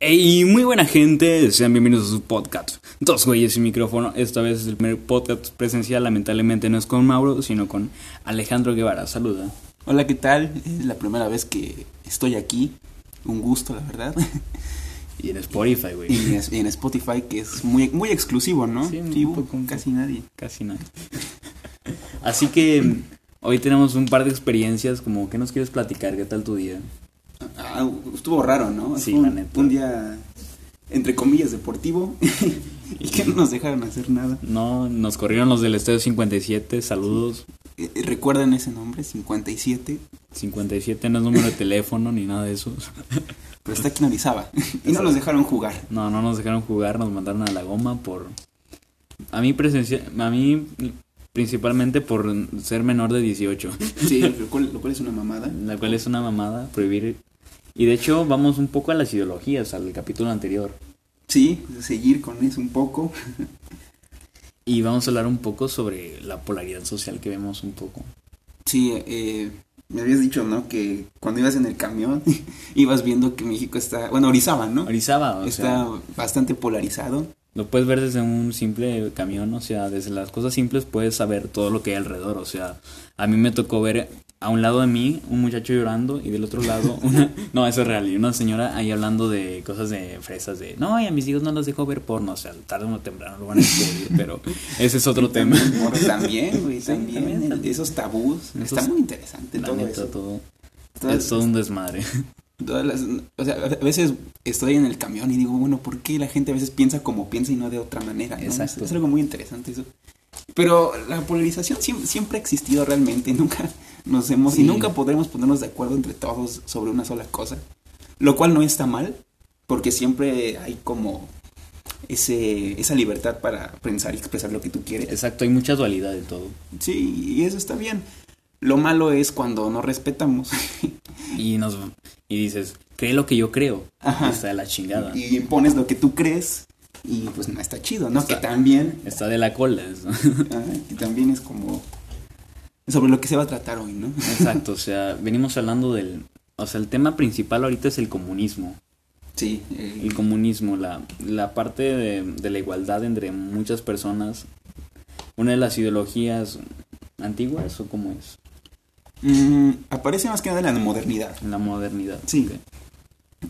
Hey, E, muy buena gente, sean bienvenidos a su podcast. Dos güeyes y micrófono. Esta vez es el primer podcast presencial. Lamentablemente no es con Mauro, sino con Alejandro Guevara. Saluda. Hola, ¿qué tal? Es la primera vez que estoy aquí. Un gusto, la verdad. Y en Spotify, güey. Y en, en Spotify, que es muy, muy exclusivo, ¿no? Sí, un uh, poco, un casi nadie. Casi nada. Así que hoy tenemos un par de experiencias. Como, ¿qué nos quieres platicar? ¿Qué tal tu día? Ah, estuvo raro, ¿no? Sí, Fue un, la neta. Un día, entre comillas, deportivo. y que no nos dejaron hacer nada. No, nos corrieron los del Estadio 57. Saludos. Eh, eh, ¿Recuerdan ese nombre? 57. 57 no es número de teléfono ni nada de eso. Pero está aquí en Orizaba. y no nos dejaron jugar. No, no nos dejaron jugar, nos mandaron a la goma por... A mí, presencia... a mí principalmente por ser menor de 18, Sí, lo cual, lo cual es una mamada. la cual es una mamada, prohibir... Y de hecho vamos un poco a las ideologías, al capítulo anterior. Sí, seguir con eso un poco. Y vamos a hablar un poco sobre la polaridad social que vemos un poco. Sí, eh, me habías dicho, ¿no? Que cuando ibas en el camión, ibas viendo que México está, bueno, Orizaba, ¿no? Orizaba, o está sea, bastante polarizado. lo puedes ver desde un simple camión, o sea, desde las cosas simples puedes saber todo lo que hay alrededor, o sea, a mí me tocó ver a un lado de mí un muchacho llorando y del otro lado una, no, eso es real, y una señora ahí hablando de cosas de fresas de, no, y a mis hijos no los dejo ver porno, o sea, tarde o temprano lo van a descubrir, pero ese es otro tema. También, También, güey, también, también, el- también. esos tabús. Esos- Está muy interesante La todo neta, eso. todo, Todas- es todo un desmadre. todas las- o sea, a veces estoy en el camión y digo, bueno, ¿por qué la gente a veces piensa como piensa y no de otra manera? no? Exacto. Es algo muy interesante eso. Pero la polarización siem- siempre, ha existido realmente, nunca nos hemos Sí. y nunca podremos ponernos de acuerdo entre todos sobre una sola cosa, lo cual no está mal, porque siempre hay como ese, esa libertad para pensar y expresar lo que tú quieres. Exacto, hay mucha dualidad de todo. Sí, y eso está bien. Lo malo es cuando no respetamos. Y nos y dices, cree lo que yo creo. Ajá. Está de la chingada. y impones lo que tú crees y pues no está chido, ¿no? Está- que también, Está de la cola. eso. ajá, que también es como sobre lo que se va a tratar hoy, ¿no? Exacto, o sea, venimos hablando del... O sea, el tema principal ahorita es el comunismo. Sí, eh, El comunismo, la, la parte de, de la igualdad entre muchas personas. Una de las ideologías antiguas o cómo es, mm, aparece más que nada en la modernidad, en la modernidad. Sí. Ok.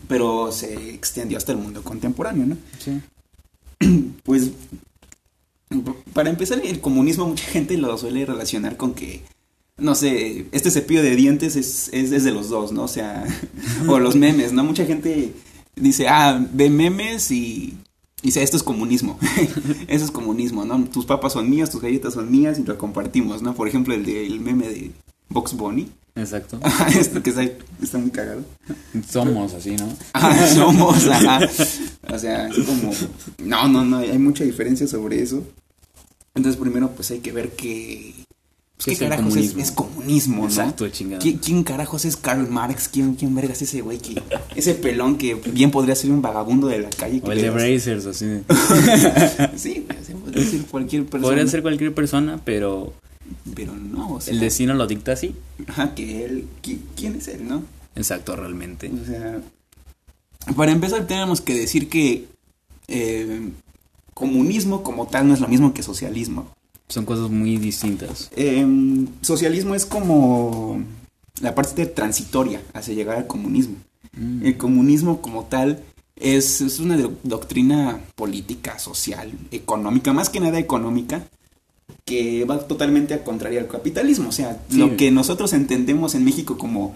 pero se extendió hasta el mundo contemporáneo, ¿no? Sí. Pues para empezar, el comunismo mucha gente lo suele relacionar con que, no sé, este cepillo de dientes es, es, es de los dos, ¿no? O sea, o los memes, ¿no? Mucha gente dice, ah, ve memes y y dice, esto es comunismo, eso es comunismo, ¿no? Tus papas son mías, tus galletas son mías y lo compartimos, ¿no? Por ejemplo, el, del meme de Box Bunny, Exacto. este que está, está muy cagado. Somos así, ¿no? Ah, somos, ajá. O sea, es como. No, no, no, hay mucha diferencia sobre eso. Entonces, primero, pues hay que ver que. ¿Qué Pues, ¿Qué, es el carajos es, comunismo? es comunismo, no? Exacto, chingada. ¿Qui- ¿Quién carajos es Karl Marx? ¿Quién, quién vergas es ese güey? que- ese pelón que bien podría ser un vagabundo de la calle. que O el de le das- Brazers, así. Sí, güey, o sea, podría ser cualquier persona. Podría ser cualquier persona, pero Pero no, o sea. el destino lo dicta así. Ajá, que él. qui- ¿Quién es él, no? Exacto, realmente. O sea, para empezar tenemos que decir que eh, comunismo como tal no es lo mismo que socialismo. Son cosas muy distintas. Eh, socialismo es como la parte transitoria hacia llegar al comunismo. El comunismo como tal es, es una do- doctrina política, social, económica, más que nada económica, que va totalmente a contraria al capitalismo. O sea, Sí. lo que nosotros entendemos en México como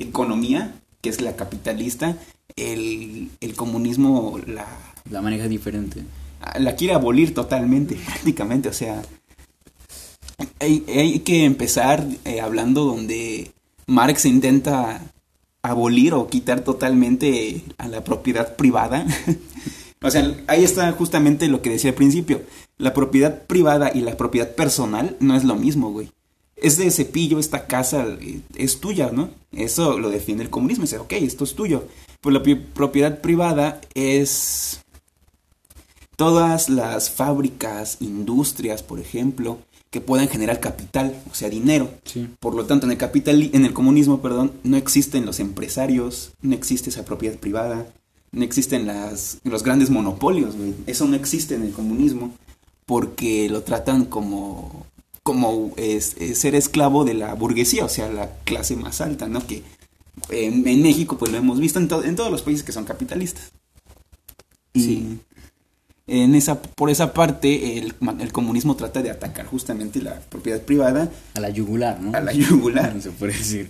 economía, que es la capitalista, el, el comunismo la, La maneja diferente. la quiere abolir totalmente, prácticamente. O sea, hay, hay que empezar eh, hablando donde Marx intenta abolir o quitar totalmente a la propiedad privada. o sea, ahí está justamente lo que decía al principio. La propiedad privada y la propiedad personal no es lo mismo, güey. Este cepillo, esta casa eh, es tuya, ¿no? Eso lo defiende el comunismo. Dice, ok, esto es tuyo. Pues la pi- propiedad privada es todas las fábricas, industrias, por ejemplo, que puedan generar capital, o sea, dinero. Sí. Por lo tanto, en el capital, en el comunismo, perdón, no existen los empresarios, no existe esa propiedad privada, no existen las, los grandes monopolios, güey. Eso no existe en el comunismo porque lo tratan como, como es, es ser esclavo de la burguesía, o sea, la clase más alta, ¿no? Que en, en México pues lo hemos visto en, to- en todos los países que son capitalistas. Y Sí. en esa, por esa parte el, ma- el comunismo trata de atacar justamente la propiedad privada, A la yugular, ¿no? a la yugular se puede decir.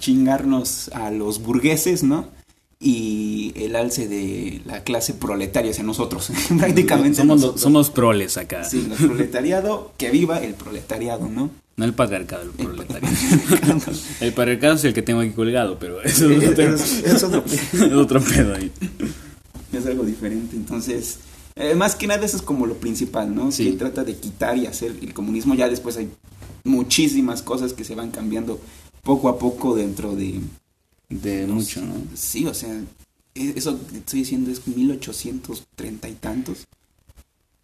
chingarnos a los burgueses, ¿no? Y el alce de la clase proletaria, o sea, nosotros, prácticamente. Somos, nosotros. somos proles acá. Sí, los proletariado, que viva el proletariado, ¿no? No el patriarcado, el proletario. patriarcado. el patriarcado es el que tengo aquí colgado, pero eso es Eh, otro, tema. es- es otro pedo. Es otro pedo ahí. Es algo diferente, entonces... eh, más que nada eso es como lo principal, ¿no? Sí. Que trata de quitar y hacer el comunismo. Ya después hay muchísimas cosas que se van cambiando poco a poco dentro de... De mucho, ¿no? Sí, o sea, e- eso que estoy diciendo es 1830 y tantos.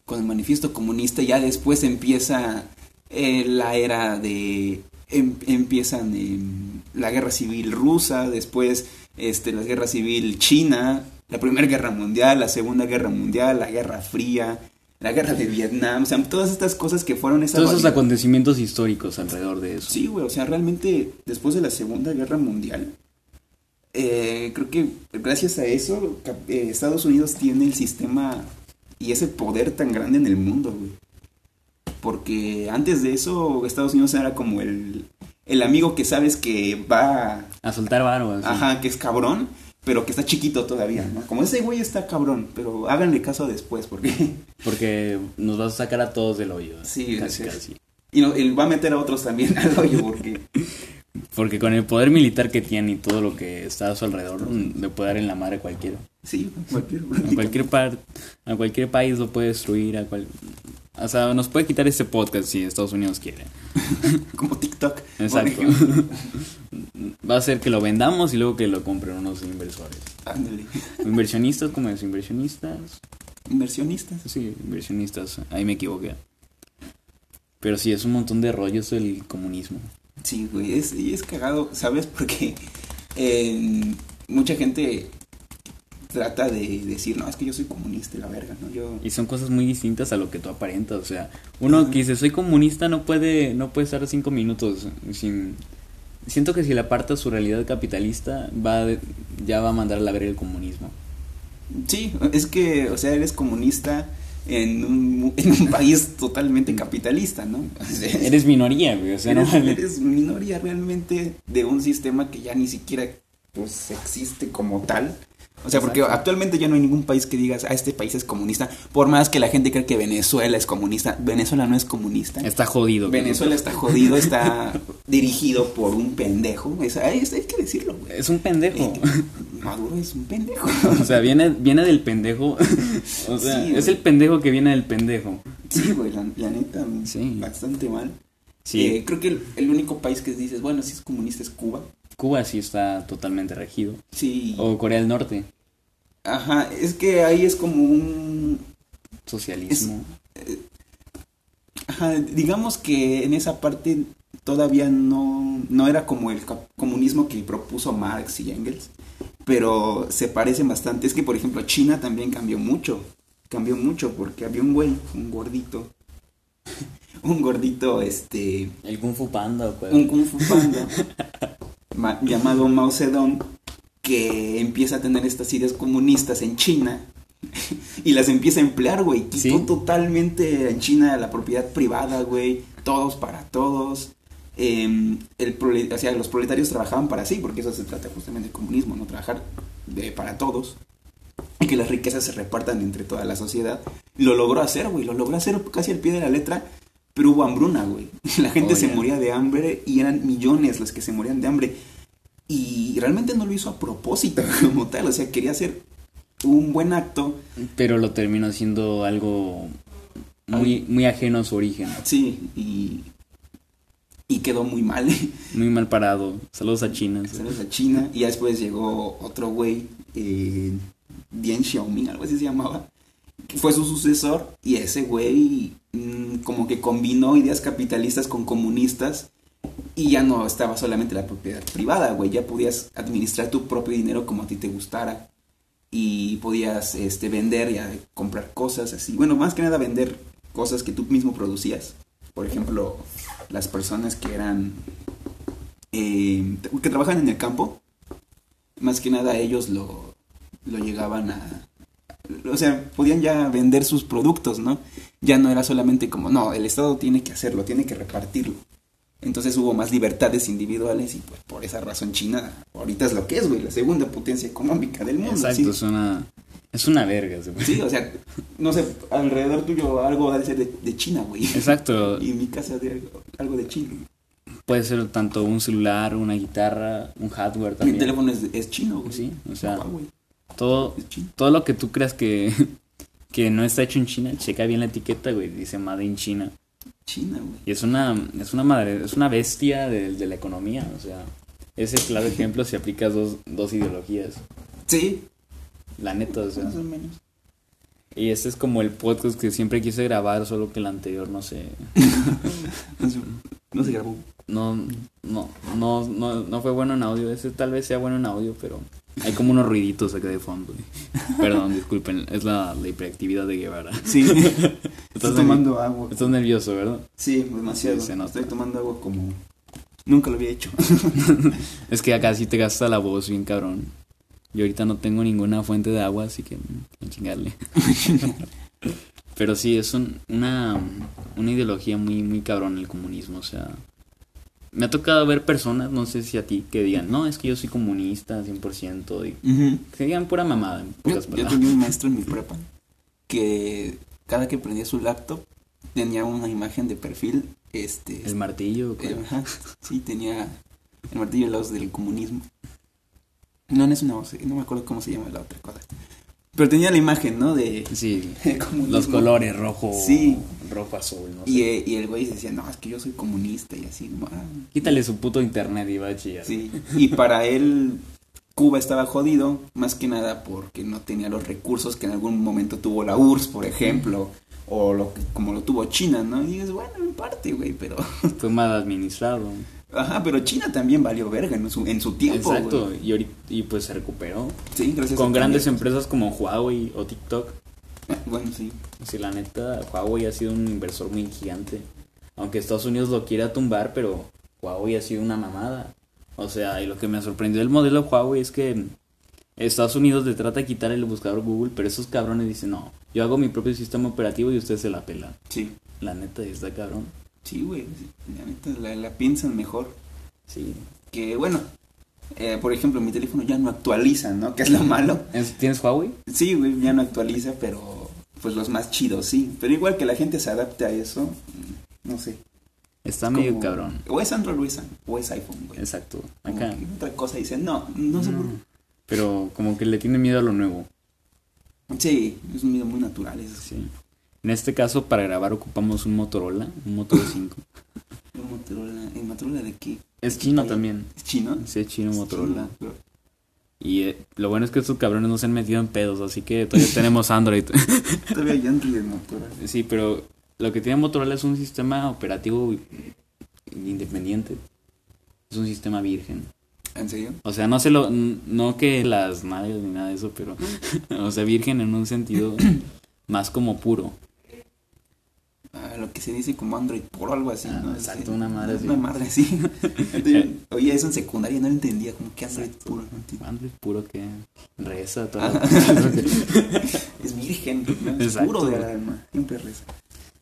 Con el manifiesto comunista ya después empieza eh, la era de... em- empiezan em, la guerra civil rusa, después este, la guerra civil china, la Primera Guerra Mundial, la Segunda Guerra Mundial, la Guerra Fría, la guerra de Vietnam, o sea, todas estas cosas que fueron esa Todos esos valida- acontecimientos históricos alrededor de eso. Sí, güey, o sea, realmente después de la Segunda Guerra Mundial, eh, creo que gracias a eso cap- eh, Estados Unidos tiene el sistema y ese poder tan grande en el mundo, güey. Porque antes de eso Estados Unidos era como el, el amigo que sabes que va, A soltar varo. así. ajá, que es cabrón, pero que está chiquito todavía, ¿no? Como ese güey está cabrón, pero háganle caso después, porque... Porque nos vas a sacar a todos del hoyo. Sí, casi, sí. casi. Y, no- y va a meter a otros también al hoyo, porque... Porque con el poder militar que tiene y todo lo que está a su alrededor, mm, le puede dar en la madre a cualquiera. Sí, cualquier... A cualquier, par, a cualquier país lo puede destruir. A cual, o sea, nos puede quitar este podcast si Estados Unidos quiere. Como TikTok. por Exacto. ejemplo. Va a ser que lo vendamos y luego que lo compren unos inversores. Ándale. Inversionistas, como es? Inversionistas. Inversionistas. Sí, inversionistas. Ahí me equivoqué. Pero sí, es un montón de rollos del comunismo. Sí, güey. Es, y es cagado, ¿sabes? Porque eh, mucha gente trata de decir, no, es que yo soy comunista, y la verga, ¿no? Yo. Y son cosas muy distintas a lo que tú aparentas. O sea, uno que dice soy comunista no puede, no puede estar cinco minutos sin. Siento que si le aparta su realidad capitalista, va a de- ya va a mandar a la verga el comunismo. Sí, es que, o sea, eres comunista en un, mu- en un país totalmente capitalista, ¿no? O sea, Eres minoría, güey. O sea, no eres- vale. eres minoría realmente de un sistema que ya ni siquiera pues existe como tal. O sea, porque Exacto. actualmente ya no hay ningún país que digas, ah, este país es comunista. Por más que la gente cree que Venezuela es comunista, Venezuela no es comunista. Está jodido. güey. Venezuela está jodido, está dirigido por un pendejo. Es- hay, es- hay que decirlo, güey. Es un pendejo. Eh, Maduro es un pendejo. O sea, viene, viene del pendejo. O sea, Sí, es güey. el pendejo que viene del pendejo. Sí, güey, la, la neta, Sí. bastante mal. Sí, Eh, creo que el, el único país que dices, bueno, si es comunista es Cuba. Cuba sí está totalmente regido. Sí. O Corea del Norte, Ajá, es que ahí es como un... socialismo. Ajá, digamos que en esa parte todavía no, no era como el cap- comunismo que propuso Marx y Engels, pero se parecen bastante. Es que, por ejemplo, China también cambió mucho, cambió mucho porque había un güey, un gordito, un gordito, este, El Kung Fu Panda o cuál. un Kung Fu Panda ma- llamado Mao Zedong que empieza a tener estas ideas comunistas en China y las empieza a emplear, güey. Quitó Sí. totalmente en China la propiedad privada, güey. Todos para todos. Em, el prole- o sea, los proletarios trabajaban para sí, porque eso se trata justamente del comunismo, ¿no? Trabajar de- para todos. Y que las riquezas se repartan entre toda la sociedad. Lo logró hacer, güey. Lo logró hacer casi al pie de la letra. Pero hubo hambruna, güey. La gente Oh, se ya. moría de hambre y eran millones los que se morían de hambre. Y realmente no lo hizo a propósito como tal. O sea, quería hacer un buen acto. Pero lo terminó siendo algo muy, muy ajeno a su origen. Sí, y, y quedó muy mal. Muy mal parado. Saludos a China. Salimos a China y ya después llegó otro güey, eh, Dien Xiaoming, algo así se llamaba, que fue su sucesor y ese güey mm, como que combinó ideas capitalistas con comunistas y ya no estaba solamente la propiedad privada, güey, ya podías administrar tu propio dinero como a ti te gustara. y podías este, vender y a- comprar cosas así. Bueno, más que nada vender cosas que tú mismo producías. Por ejemplo, las personas que eran... eh, que trabajan en el campo, más que nada ellos lo, lo llegaban a... O sea, podían ya vender sus productos, ¿no? Ya no era solamente como, no, el Estado tiene que hacerlo, tiene que repartirlo. Entonces hubo más libertades individuales y pues por esa razón China ahorita es lo que es, güey, la segunda potencia económica del mundo. Exacto, sí. es una. Es una verga, se puede- Sí, o sea, no sé, alrededor tuyo algo ha de ser de, de China, güey. Exacto. Y en mi casa de algo, algo de China. Puede ser tanto un celular, una guitarra, un hardware también. Mi teléfono es, es chino, güey. Sí, o sea, Papá, güey, todo, es chino. todo lo que tú creas que, que no está hecho en China, checa bien la etiqueta, güey. Dice Made in China. China, güey. Y es una, es una madre, es una bestia de, de la economía, o sea, ese es claro ejemplo si aplicas dos, dos ideologías, Sí, la neta, o sea. más o menos. Y este es como el podcast que siempre quise grabar, solo que el anterior no sé, No se, no se grabó. no, no, no, no, no fue bueno en audio, ese tal vez sea bueno en audio, pero hay como unos ruiditos acá de fondo. güey. Perdón, disculpen, es la, la hiperactividad de Guevara. Sí. Estoy Estás tomando agua. Estás nervioso, ¿verdad? Sí, demasiado. Sí, se nota. Estoy tomando agua como nunca lo había hecho. Es que acá sí te gasta la voz bien cabrón. Yo ahorita no tengo ninguna fuente de agua, así que mm, a chingarle. Pero sí, es un- una, una ideología muy, muy cabrón el comunismo. O sea, me ha tocado ver personas, no sé si a ti, que digan, no, es que yo soy comunista 100%. Y Ujú. que digan pura mamada, en Yo, pocas yo palabras. tenía un maestro en mi prepa que cada que prendía su laptop tenía una imagen de perfil, este, El martillo, Eh, ¿cuál? ajá, sí, tenía el martillo de la voz del comunismo. No, no es una voz, eh, no me acuerdo cómo se llama la otra cosa. Pero tenía la imagen, ¿no? De, Sí, de comunismo. los colores, rojo, Sí. rojo, azul, no sé. Y, eh, y el güey decía, no, es que yo soy comunista y así. man". Quítale su puto internet y va a chillar. Sí, y para él Cuba estaba jodido, más que nada porque no tenía los recursos que en algún momento tuvo la URSS, por ejemplo, o lo que- como lo tuvo China, ¿no? Y dices, bueno, en parte, güey, pero... Fue mal administrado. Ajá, pero China también valió verga en su, en su tiempo, Exacto, güey. y, ahorita- y pues se recuperó. Sí, gracias Con a grandes em- Kanye. empresas como Huawei o TikTok. Bueno, sí. Si la neta, Huawei ha sido un inversor muy gigante. Aunque Estados Unidos lo quiera tumbar, pero Huawei ha sido una mamada. O sea, y lo que me sorprendió del modelo Huawei es que Estados Unidos le trata de quitar el buscador Google, pero esos cabrones dicen, no, yo hago mi propio sistema operativo y ustedes se la pelan. Sí. La neta, está cabrón. Sí, güey. sí, La neta, la, la piensan mejor. Sí. Que, bueno, eh, por ejemplo, mi teléfono ya no actualiza, ¿no? Que es lo malo. ¿Es- ¿Tienes Huawei? Sí, güey, ya no actualiza, pero pues los más chidos, sí. Pero igual que la gente se adapte a eso, mm, no sé. Está como- medio cabrón. O es Android o es, o es iPhone, güey. Exacto. Como Acá. que Otra cosa dicen, no, no seguro. Mm. Pero como que le tiene miedo a lo nuevo. Sí, es un video muy natural. Es Sí. En este caso, para grabar ocupamos un Motorola, un Motorola 5. un Motorola. ¿El Motorola de qué? es chino también. ¿Es chino? Sí, es chino Es Motorola. chino, pero- Y eh, lo bueno es que estos cabrones no se han metido en pedos, así que todavía tenemos Android. Todavía hay Android en Motorola. sí, pero lo que tiene Motorola es un sistema operativo independiente. Es un sistema virgen. ¿En serio? O sea, no se lo. n- No que las naves ni nada de eso, pero. o sea, virgen en un sentido más como puro. a Ah, lo que se dice como Android por o algo así, Ah, ¿no? exacto, Este, una madre así. Una madre así. Entonces, Oye, eso en secundaria no lo entendía, como que Android puro. no entiendo. Android puro que reza todo. Ah. es virgen, ¿no? es Exacto. puro del alma, siempre reza.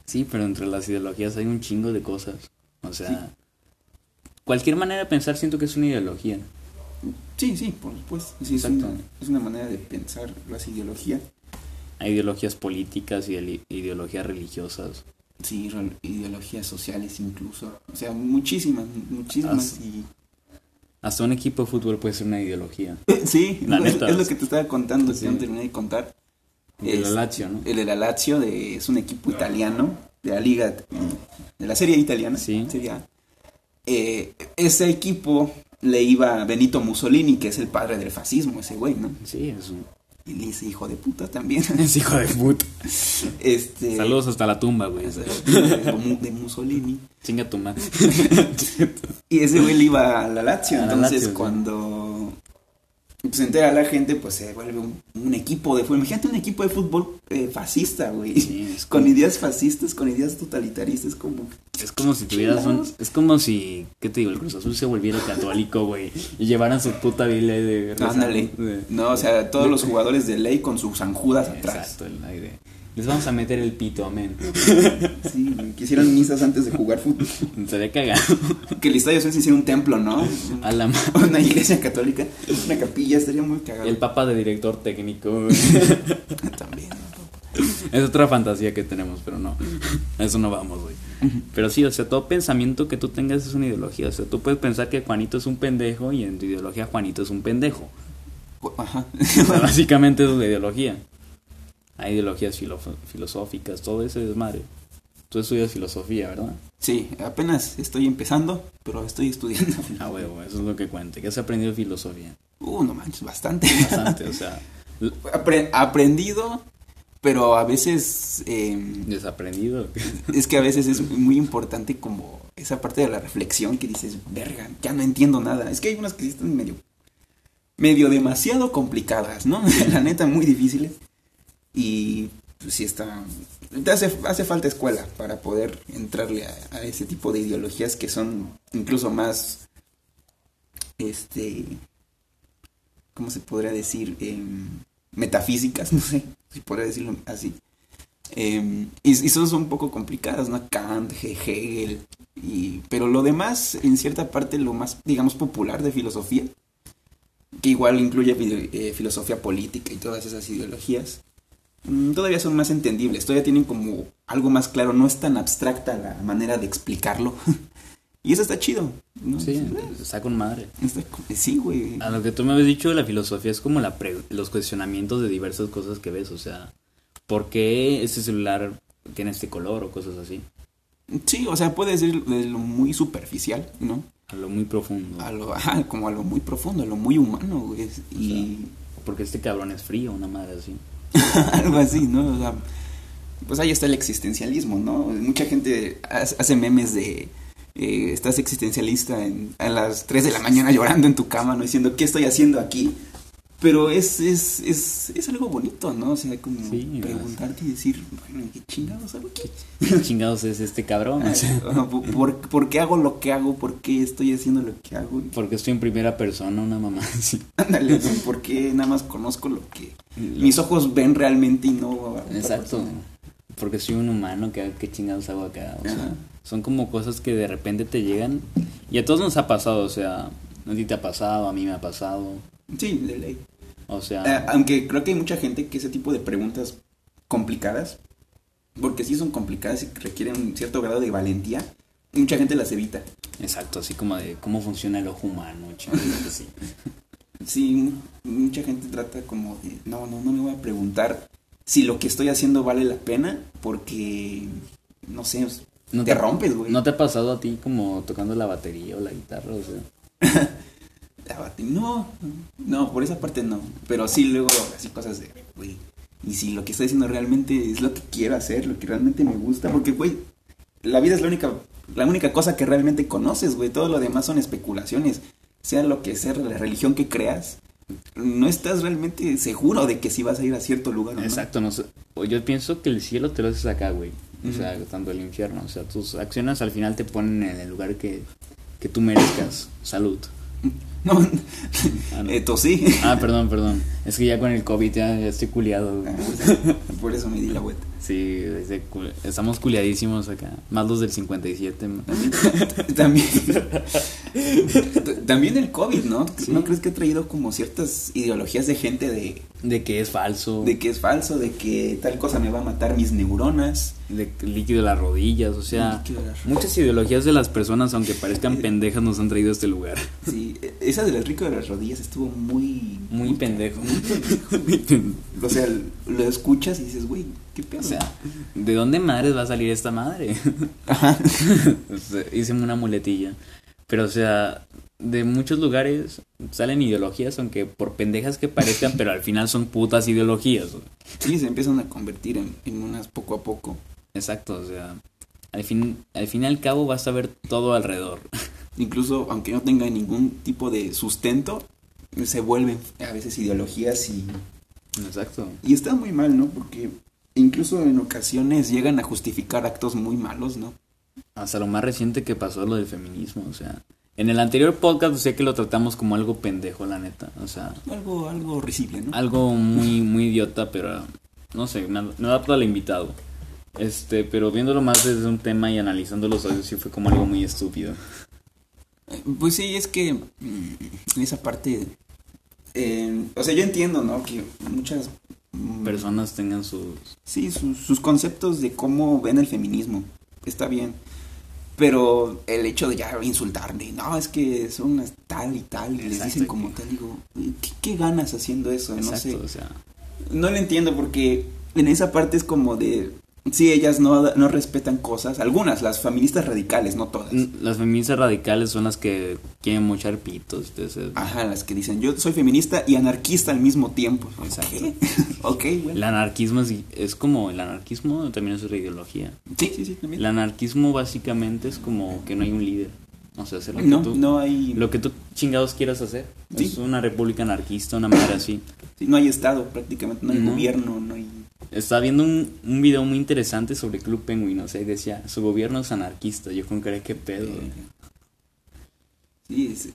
Sí, pero entre las ideologías hay un chingo de cosas. O sea, cualquier manera de pensar siento que es una ideología. Sí, sí, por supuesto. Sí, es, Exacto. una, es una manera de pensar las ideologías. Hay ideologías políticas y ideali- ideologías religiosas. Sí, re- ideologías sociales incluso. O sea, muchísimas, muchísimas. y- Hasta un equipo de fútbol puede ser una ideología. sí, La no, es, neta, es lo es- que te estaba contando, Sí. que no terminé de contar. De la Es- Lazio, ¿no? El de la Lazio de- es un equipo italiano de la liga, de la serie italiana. Sí. Serie A. Eh, ese equipo le iba a Benito Mussolini, que es el padre del fascismo, ese güey, ¿no? Sí, es un Y le dice hijo de puta también. es hijo de puta. este, Saludos hasta la tumba, güey. De Mu- de Mussolini. Chinga tu madre. Y ese güey le iba a la Lazio. A la entonces, Lazio, sí. cuando pues entera la gente, pues se vuelve un, un equipo de fútbol. Imagínate un equipo de fútbol eh, fascista, güey. Sí, es con como- ideas fascistas, con ideas totalitaristas, como... Es como si tuvieras un. Es como si. ¿Qué te digo? El Cruz Azul se volviera católico, güey. Y llevaran su puta Biblia de. Ándale. de- No, o sea, todos los jugadores de ley con sus anjudas atrás. Exacto, el aire. Les vamos a meter el pito, amén. Sí, güey, que hicieron misas antes de jugar fútbol. Estaría cagado. Que el Estadio Azul se hiciera un templo, ¿no? A la ma- Una iglesia católica, una capilla, estaría muy cagado. El papá de director técnico. güey. También. ¿no? Es otra fantasía que tenemos, pero no. A eso no vamos, güey. Pero sí, o sea, todo pensamiento que tú tengas es una ideología. O sea, tú puedes pensar que Juanito es un pendejo y en tu ideología Juanito es un pendejo. Ajá. O sea, básicamente es una ideología. Hay ideologías filof- filosóficas, todo ese desmadre. Tú estudias filosofía, ¿verdad? Sí, apenas estoy empezando, pero estoy estudiando. Ah, huevo, eso es lo que cuenta. ¿Qué has aprendido de filosofía? Uh, no manches, bastante. Bastante, o sea, l- Apre- aprendido, pero a veces... eh, desaprendido. es que a veces es muy importante como esa parte de la reflexión que dices, verga, ya no entiendo nada. Es que hay unas que sí están medio, medio demasiado complicadas, ¿no? la neta, muy difíciles. Y pues sí está... Te hace, hace falta escuela para poder entrarle a, a ese tipo de ideologías que son incluso más... Este... ¿Cómo se podría decir? Em, metafísicas, no sé si podría decirlo así. Eh, y, y son son un poco complicadas, ¿no? Kant, He- Hegel, y, pero lo demás, en cierta parte, lo más, digamos, popular de filosofía, que igual incluye fil- eh, filosofía política y todas esas ideologías, mm, todavía son más entendibles, todavía tienen como algo más claro, no es tan abstracta la manera de explicarlo. y eso está chido, ¿no? Sí, está con madre. Está co- sí, güey. A lo que tú me habías dicho, la filosofía es como la pre- los cuestionamientos de diversas cosas que ves, o sea, ¿por qué este celular tiene este color o cosas así? Sí, o sea, puede ser de lo muy superficial, ¿no? A lo muy profundo. A lo, ajá, como a lo muy profundo, a lo muy humano, güey. Y Porque este cabrón es frío, una madre así. algo así, ¿no? O sea, pues ahí está el existencialismo, ¿no? Mucha gente hace hace memes de... eh, estás existencialista en- a las 3 de la mañana llorando en tu cama, ¿no? Diciendo, ¿qué estoy haciendo aquí? Pero es, es, es, es algo bonito, ¿no? O sea, como Sí, preguntarte y decir, bueno, ¿qué chingados hago aquí? ¿Qué chingados es este cabrón? O sea, Ajá, ¿por- ¿Por, ¿Por qué hago lo que hago? ¿Por qué estoy haciendo lo que hago? porque estoy en primera persona, una mamá así. Ándale, ¿no? porque nada más conozco lo que mis ojos ven realmente y no a otra Exacto. persona? Porque soy un humano, ¿qué, qué chingados hago acá? O sea, Ajá. son como cosas que de repente te llegan. Y a todos nos ha pasado, o sea, a ti te ha pasado, a mí me ha pasado. Sí, de ley. O sea, Eh, aunque creo que hay mucha gente que ese tipo de preguntas complicadas, porque sí son complicadas y requieren un cierto grado de valentía, mucha gente las evita. exacto, así como de cómo funciona el ojo humano, chingados así. Sí, mu- mucha gente trata como de, no, no, no me voy a preguntar si lo que estoy haciendo vale la pena, porque, no sé, No te, te- rompes, güey. ¿No te ha pasado a ti como tocando la batería o la guitarra? O sea, La bate- No, no, por esa parte no. Pero sí, luego, así cosas de, güey. Y si lo que estoy haciendo realmente es lo que quiero hacer, lo que realmente me gusta. Porque, güey, la vida es la única, la única cosa que realmente conoces, güey. Todo lo demás son especulaciones. Sea lo que sea, la religión que creas. No estás realmente seguro de que si vas a ir a cierto lugar o no. exacto, no sé. O Yo pienso que el cielo te lo haces acá, güey. O sea, tanto el infierno. O sea, tus acciones al final te ponen en el lugar que, que tú merezcas. Salud. No, Ah, no. esto sí. Ah, perdón, perdón. Es que ya con el COVID ya, ya estoy culiado. güey. Ah. Por eso me di la vuelta. Sí, desde cul- estamos culiadísimos acá. Más los del 57. ma- También, también el COVID, ¿no? Sí. ¿No crees que ha traído como ciertas ideologías de gente de, De que es falso. de que es falso, de que tal cosa me va a matar mis neuronas? de líquido de las rodillas. O sea, Líquido de las rodillas. muchas ideologías de las personas, aunque parezcan pendejas, nos han traído a este lugar. Sí, e-, esa del rico de las rodillas estuvo muy... Muy pendejo. O sea, lo escuchas y dices, güey, ¿qué pedo? o sea, ¿de dónde madres va a salir esta madre? Ajá. O sea, Hice una muletilla. Pero, o sea, de muchos lugares salen ideologías, aunque por pendejas que parezcan, pero al final son putas ideologías. güey. Sí, se empiezan a convertir en, en unas poco a poco. Exacto, o sea, al fin, al fin y al cabo vas a ver todo alrededor. Incluso aunque no tenga ningún tipo de sustento, se vuelven a veces ideologías y, Exacto. y está muy mal, ¿no? Porque incluso en ocasiones llegan a justificar actos muy malos, ¿no? Hasta lo más reciente que pasó lo del feminismo, o sea. En el anterior podcast sé que lo tratamos como algo pendejo, la neta. O sea, Algo, algo risible, ¿no? algo muy, muy idiota, pero no sé, me, ad- me adapto al invitado. Este, pero viéndolo más desde un tema y analizando los audios, sí fue como algo muy estúpido. Eh, Pues sí, es que mm, en esa parte, eh, o sea, yo entiendo, ¿no? Que muchas mm, Personas tengan sus. Sí, sus, sus conceptos de cómo ven el feminismo. Está bien. Pero el hecho de ya insultarle, no, es que son unas tal y tal, y les Exacto, dicen como tal, digo, ¿qué, qué ganas haciendo eso? No Exacto, sé. o sea. No lo entiendo porque en esa parte es como de, sí, ellas no, no respetan cosas, algunas, las feministas radicales, no todas. n- Las feministas radicales son las que quieren mochar pitos. Entonces, Ajá, las que dicen, yo soy feminista y anarquista al mismo tiempo. Exacto. ¿Qué? ok, bueno. el anarquismo es, es como. El anarquismo también es otra ideología. Sí, sí, sí, también. El anarquismo básicamente es como que no hay un líder. O sea, hacer lo que No, tú. no hay, Lo que tú chingados quieras hacer. Sí. Es una república anarquista, una madre así. sí, no hay Estado prácticamente, no hay No. gobierno, no hay... Estaba viendo un, un video muy interesante sobre Club Penguin, o sea, y decía, su gobierno es anarquista, yo con cara, qué pedo. güey. Sí, es- eh,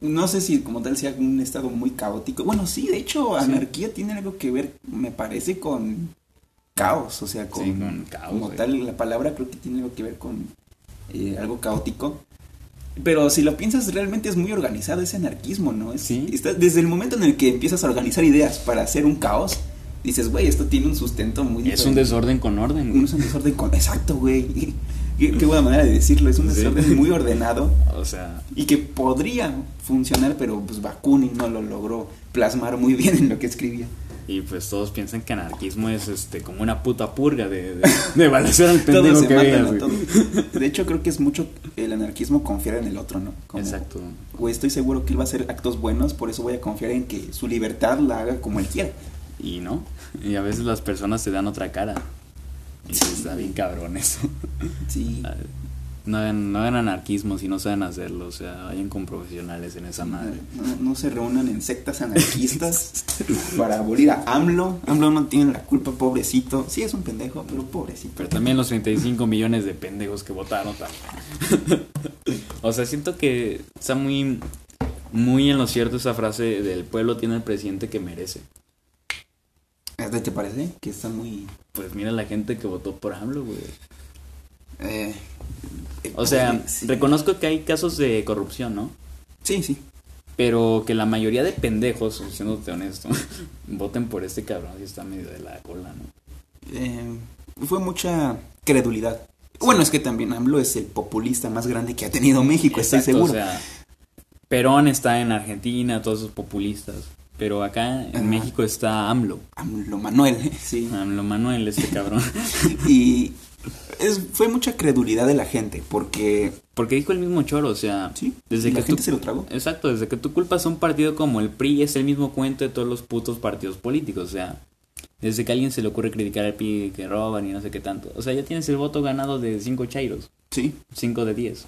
no sé si como tal sea un estado muy caótico. Bueno, sí, de hecho, Sí. anarquía tiene algo que ver, me parece, con caos, o sea, con, Sí, con caos, como güey. tal, la palabra creo que tiene algo que ver con eh, algo caótico. Pero si lo piensas, realmente es muy organizado ese anarquismo, ¿no? Es, Sí. está- desde el momento en el que empiezas a organizar ideas para hacer un caos, dices, güey, esto tiene un sustento muy Es un diferente". desorden con orden, güey. Es un desorden con... Exacto, güey. Qué, qué buena manera de decirlo. Es un Sí. desorden muy ordenado O sea, y que podría funcionar, pero pues Bakunin no lo logró plasmar muy bien en lo que escribía. y pues todos piensan que anarquismo es este como una puta purga de, de, de balacear al Todos pendejo se que matan veas, a güey. todos. De hecho, creo que es mucho el anarquismo confiar en el otro, ¿no? Como, Exacto. Güey, estoy seguro que él va a hacer actos buenos, por eso voy a confiar en que su libertad la haga como él quiera. Y no, y a veces las personas te dan otra cara. Y sí, está bien cabrón eso. Sí. Ah, No hagan, no hagan anarquismo si no saben hacerlo, o sea, vayan con profesionales en esa madre. No, no se reúnan en sectas anarquistas para abolir a AMLO. AMLO no tiene la culpa, pobrecito. Sí, es un pendejo, pero pobrecito. Pero también los 35 millones de pendejos que votaron también. o sea, siento que está muy, muy en lo cierto esa frase del pueblo tiene el presidente que merece. ¿Te parece? Que está muy... Pues mira la gente que votó por AMLO, güey. eh, O sea, sí. reconozco que hay casos de corrupción, ¿no? Sí, sí. Pero que la mayoría de pendejos, siéndote honesto, voten por este cabrón que está medio de la cola, ¿no? Eh, fue mucha credulidad. Bueno, es que también AMLO es el populista más grande que ha tenido México, estoy Exacto, seguro. O sea, Perón está en Argentina, todos esos populistas. Pero acá en Ajá. México está AMLO. AMLO Manuel, sí. AMLO Manuel, este cabrón. Y es, fue mucha credulidad de la gente, porque Porque dijo el mismo choro, o sea, sí, desde la que gente tú- se lo tragó. Exacto, desde que tú culpas a un partido como el PRI es el mismo cuento de todos los putos partidos políticos, o sea, desde que a alguien se le ocurre criticar al PRI que roban y no sé qué tanto, o sea, ya tienes el voto ganado de 5 chairos, Sí. 5 de 10.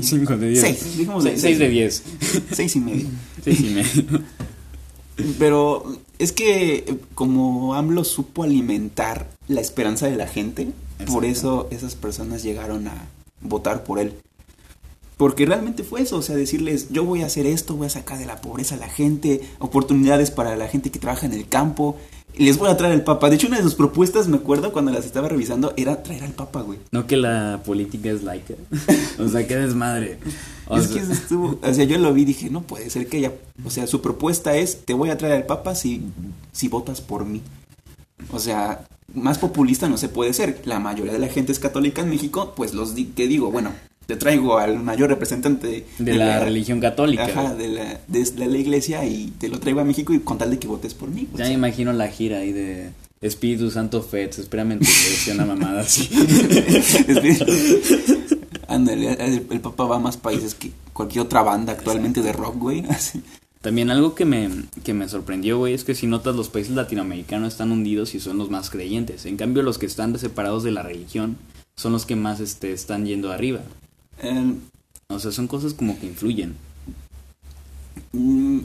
5 de 10. Seis, digamos de 6 de 10. Seis y medio. 6 y medio. Pero es que eh, como AMLO supo alimentar la esperanza de la gente, por eso Exacto. esas personas llegaron a votar por él. Porque realmente fue eso, o sea, decirles, yo voy a hacer esto, voy a sacar de la pobreza a la gente, oportunidades para la gente que trabaja en el campo, y les voy a traer al Papa. De hecho, una de sus propuestas, me acuerdo, cuando las estaba revisando, era traer al Papa, güey. No que la política es laica. O sea, qué desmadre. O es sea, que eso estuvo, o sea, yo lo vi y dije, no puede ser que ella, o sea, su propuesta es, te voy a traer al Papa si, si votas por mí. O sea, más populista no se puede ser. La mayoría de la gente es católica en México, pues los di- que digo, bueno, te traigo al mayor representante de, de la religión católica. Ajá, de la, de, de la iglesia y te lo traigo a México y con tal de que votes por mí. pues. Ya o me sea. imagino la gira ahí de Espíritu Santo Feds, espérame en tu iglesia, una mamada así. Es- Ándale, el, el Papa va a más países que cualquier otra banda actualmente de rock, güey. así. También algo que me, que me sorprendió, güey, es que si notas los países latinoamericanos están hundidos y son los más creyentes. En cambio, los que están separados de la religión son los que más este, están yendo arriba. Eh, O sea, son cosas como que influyen. Mm,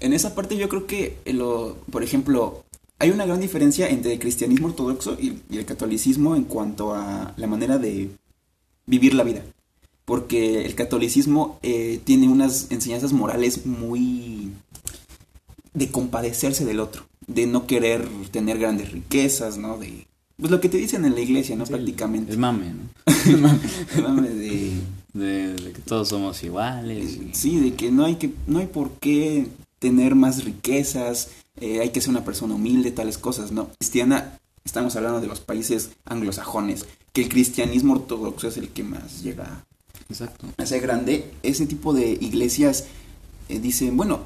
En esa parte yo creo que, eh, lo, por ejemplo, hay una gran diferencia entre el cristianismo ortodoxo y, y el catolicismo en cuanto a la manera de vivir la vida. Porque el catolicismo eh, tiene unas enseñanzas morales muy de compadecerse del otro, de no querer tener grandes riquezas, ¿no? De pues lo que te dicen en la iglesia, ¿no? Sí, Prácticamente. Es mame, ¿no? El mame- el mame de De, de que todos somos iguales. y- Sí, de que no hay que, no hay por qué tener más riquezas, eh, hay que ser una persona humilde, tales cosas, ¿no? Cristiana, estamos hablando de los países anglosajones, que el cristianismo ortodoxo es el que más llega Exacto. a ser grande. Ese tipo de iglesias eh, dicen, bueno,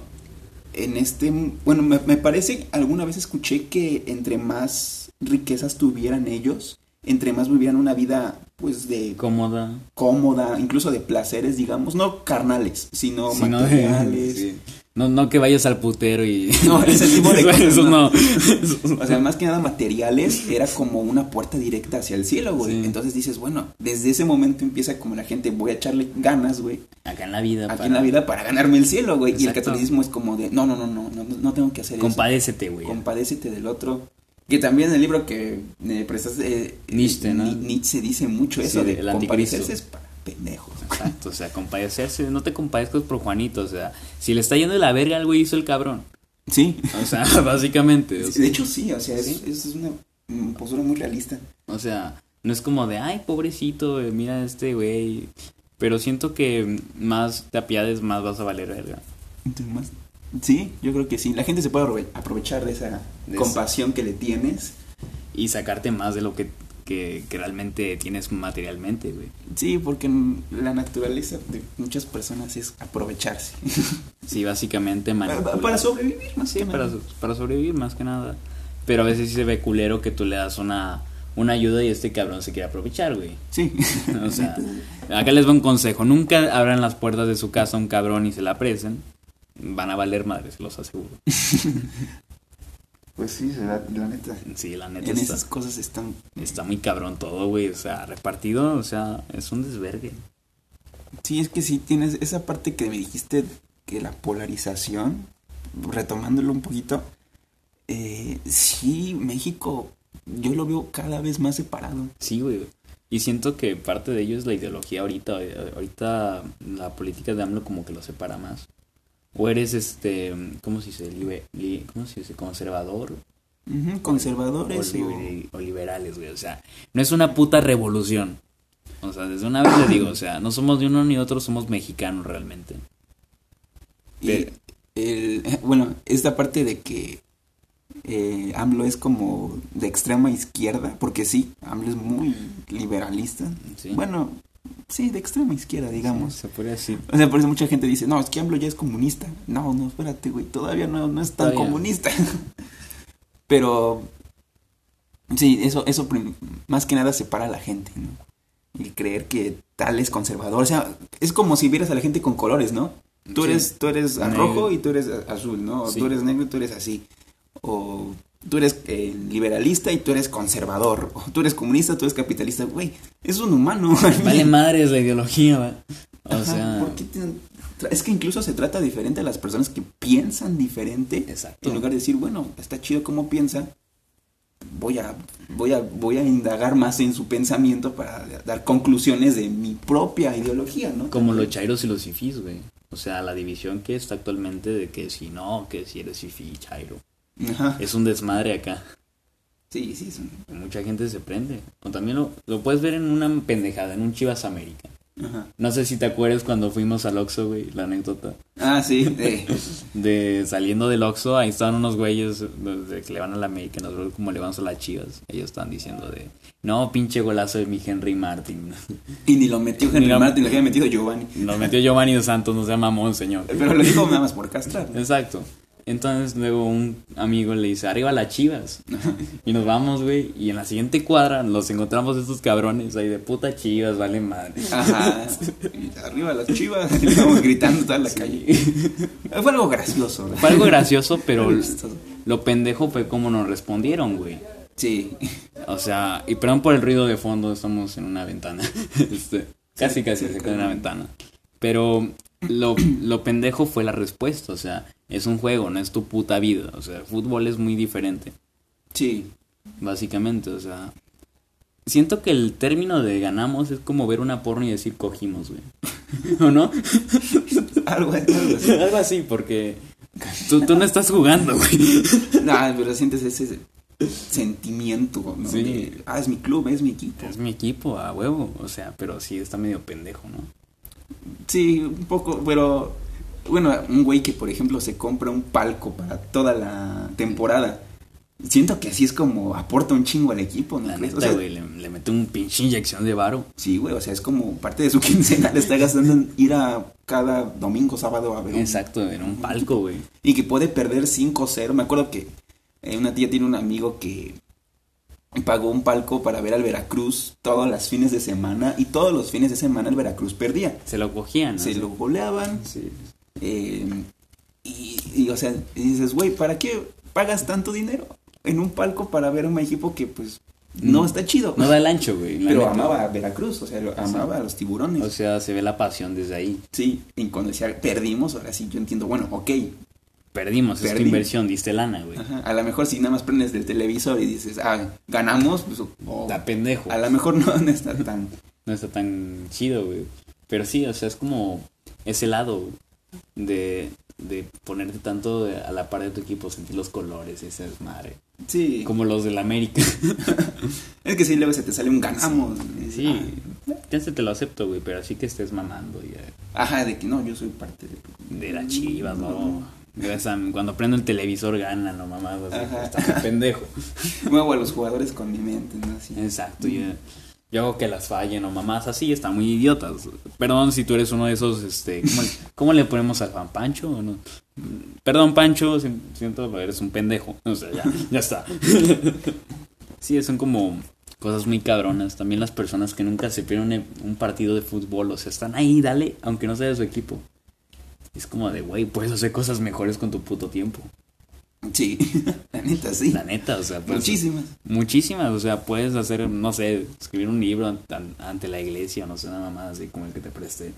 en este, bueno, me, me parece, alguna vez escuché que entre más riquezas tuvieran ellos, entre más vivieran una vida, pues, de Cómoda. cómoda, incluso de placeres, digamos, no carnales, sino si no, de- materiales. sí. no, no que vayas al putero y. No, ese tipo de cosas, Eso no. no. O sea, más que nada materiales era como una puerta directa hacia el cielo, güey. Sí. Entonces dices, bueno, desde ese momento empieza como la gente, voy a echarle ganas, güey, Acá en la vida. aquí para- en la vida para ganarme el cielo, güey. Y el Exacto. catolicismo es como de, no, no, no, no, no, no tengo que hacer Compadécete, eso. güey. Compadécete del otro. Que también en el libro que me prestaste, eh, Nietzsche, ¿no? Ni- Nietzsche dice mucho Sí, eso de el anticristo. compadecerse es para pendejos. Exacto, o sea, compadecerse. No te compadezcas por Juanito, o sea, si le está yendo de la verga al güey, hizo el cabrón. Sí. O sea, básicamente. o sea, De hecho, sí, o sea, es- Sí. es, una mm, postura muy realista. O sea, no es como de, ay, pobrecito, eh, mira este güey. Pero siento que más te apiades, más vas a valer verga. Entonces, más- Sí, yo creo que sí. La gente se puede aprove- aprovechar de esa De compasión que le tienes. Y sacarte más de lo que, que, que realmente tienes materialmente, güey. Sí, porque mm, la naturaleza de muchas personas es aprovecharse. Sí, básicamente para, manipular. para sobrevivir, más Sí, que para, nada. so- para sobrevivir más que nada. Pero a veces sí se ve culero que tú le das una, una ayuda y este cabrón se quiere aprovechar, güey. Sí. O sea, acá les va un consejo. Nunca abran las puertas de su casa a un cabrón y se la presen. Van a valer madres, los aseguro. Pues sí, la, la neta. Sí, la neta En está, esas cosas están... está muy cabrón todo, güey. O sea, repartido, o sea, es un desvergue. Sí, es que sí tienes esa parte que me dijiste que la polarización, retomándolo un poquito, eh, sí, México, yo lo veo cada vez más separado. Sí, güey. Y siento que parte de ello es la ideología ahorita. eh, Ahorita la política de AMLO como que lo separa más. O eres este, ¿cómo se dice? Libe- li- ¿Cómo se dice? Conservador Ujú, o, conservadores o- libe- o liberales, güey. O sea, no es una puta revolución. O sea, desde una vez le digo, o sea, no somos de uno ni otro, somos mexicanos realmente. y el- eh, bueno, esta parte de que eh, AMLO es como de extrema izquierda, porque sí, AMLO es muy liberalista. Sí. Bueno, sí, de extrema izquierda, digamos. Se podría decir. O sea, por eso mucha gente dice, no, es que AMLO ya es comunista. No, no, espérate, güey, todavía no, no es tan Todavía. comunista. Pero, sí, eso, eso prim- más que nada separa a la gente, ¿no? Y creer que tal es conservador. O sea, es como si vieras a la gente con colores, ¿no? Tú Sí. eres, tú eres a Negro. rojo y tú eres a- azul, ¿no? O Sí. Tú eres negro y tú eres así. O tú eres eh, liberalista y tú eres conservador. O tú eres comunista, tú eres capitalista. Güey, es un humano. Vale madres la ideología, va. O Ajá, sea, ¿por qué te- tra- es que incluso se trata diferente a las personas que piensan diferente. Exacto. En lugar de decir, bueno, está chido cómo piensa, voy a, voy a, voy a indagar más en su pensamiento para dar conclusiones de mi propia ideología, ¿no? como los chairos y los sifis, güey. O sea, la división que está actualmente de que si no, que si eres sifi y chairo. Ajá. Es un desmadre acá. Sí, sí, es un- Mucha gente se prende. O también lo, lo puedes ver en una pendejada, en un Chivas América. Ajá. No sé si te acuerdas cuando fuimos al Oxxo, güey, la anécdota. Ah, sí. eh. De saliendo del Oxxo, ahí estaban unos güeyes pues, de que le van a la América, nosotros como le vamos a las Chivas. Ellos estaban diciendo de, no, pinche golazo de mi Henry Martin. Y ni lo metió Ni Henry lo- Martin, lo había metido Giovanni. Nos metió Giovanni dos Santos, no sea mamón, señor. Pero lo dijo nada más por castrar. ¿no? Exacto. Entonces luego un amigo le dice, arriba las chivas. Y nos vamos, güey. Y en la siguiente cuadra los encontramos estos cabrones ahí de puta chivas, vale madre. Ajá. Y arriba las chivas, estamos gritando toda la calle. Fue algo gracioso. ¿no? Fue algo gracioso, pero Algo chistoso. lo pendejo fue como nos respondieron, güey. Sí. O sea, y perdón por el ruido de fondo, estamos en una ventana. Este, casi, casi cerca de una ventana. Pero lo, lo pendejo fue la respuesta, o sea, Es un juego, no es tu puta vida. O sea, el fútbol es muy diferente, Sí. básicamente. O sea, siento que el término de ganamos es como ver una porno y decir cogimos, güey. ¿O no? Algo, algo así. Algo así, porque tú, tú no estás jugando, güey. Nah, pero sientes ese sentimiento, ¿no? Sí. De, ah, es mi club, es mi equipo. Es mi equipo, a huevo. O sea, pero sí está medio pendejo, ¿no? Sí, un poco, pero bueno, un güey que por ejemplo se compra un palco para toda la temporada. Siento que así es como aporta un chingo al equipo, ¿no La crees? neta, O sea, güey, le, le mete un pinche inyección de varo. sí, güey, o sea, es como parte de su quincena, le está gastando en ir a cada domingo, sábado a ver. un- Exacto, en un palco, güey. Y que puede perder 5-0. Me acuerdo que eh, una tía tiene un amigo que pagó un palco para ver al Veracruz todos los fines de semana y todos los fines de semana el Veracruz perdía. Se lo cogían, ¿no? Se lo goleaban, Sí. Eh, y, y, o sea, y dices, güey, ¿para qué pagas tanto dinero en un palco para ver a un equipo que, pues, no está chido? Mm. No da el ancho, güey. la Pero neta. Ah, amaba a Veracruz, o sea, lo- amaba a los tiburones. O sea, se ve la pasión desde ahí. sí, y cuando decía, perdimos, ahora sí, yo entiendo, bueno, ok. Perdimos, es tu Perdimos. inversión, diste lana, güey. ajá, A lo mejor si nada más prendes del televisor y dices, ah, ganamos, pues, o- Está pendejo. a lo mejor no, no está tan... No está tan chido, güey. Pero sí, o sea, es como ese lado güey, de, de ponerte tanto de- a la par de tu equipo, sentir los colores, esa es madre. Sí, Como los del América. es que sí, luego se te sale un ganamos. y dices, Sí, Ah, ya se te lo acepto, güey, pero así que estés mamando ya ah, ajá, de que no, yo soy parte de... de las chivas, no. Gracias a- cuando prendo el televisor ganan, no mamás, o sea, Ajá. está muy pendejo. Muevo a los jugadores con mi mente, ¿no? Así. Exacto, yo, yo hago que las fallen o mamás así, están muy idiotas. Perdón si tú eres uno de esos, este, ¿cómo, le- cómo le ponemos al fan Pancho? o no? Perdón, Pancho, si- siento, pero eres un pendejo. O sea, ya, ya está. sí, son como cosas muy cabronas. También las personas que nunca se pierden un, un partido de fútbol, o sea, están ahí, dale, aunque no sea de su equipo. Es como de, güey, puedes hacer cosas mejores con tu puto tiempo. Sí, la neta, sí. La neta, o sea, pues. Muchísimas. Muchísimas, o sea, puedes hacer, no sé, escribir un libro an- an- ante la iglesia, no sé, nada más así como el que te presté.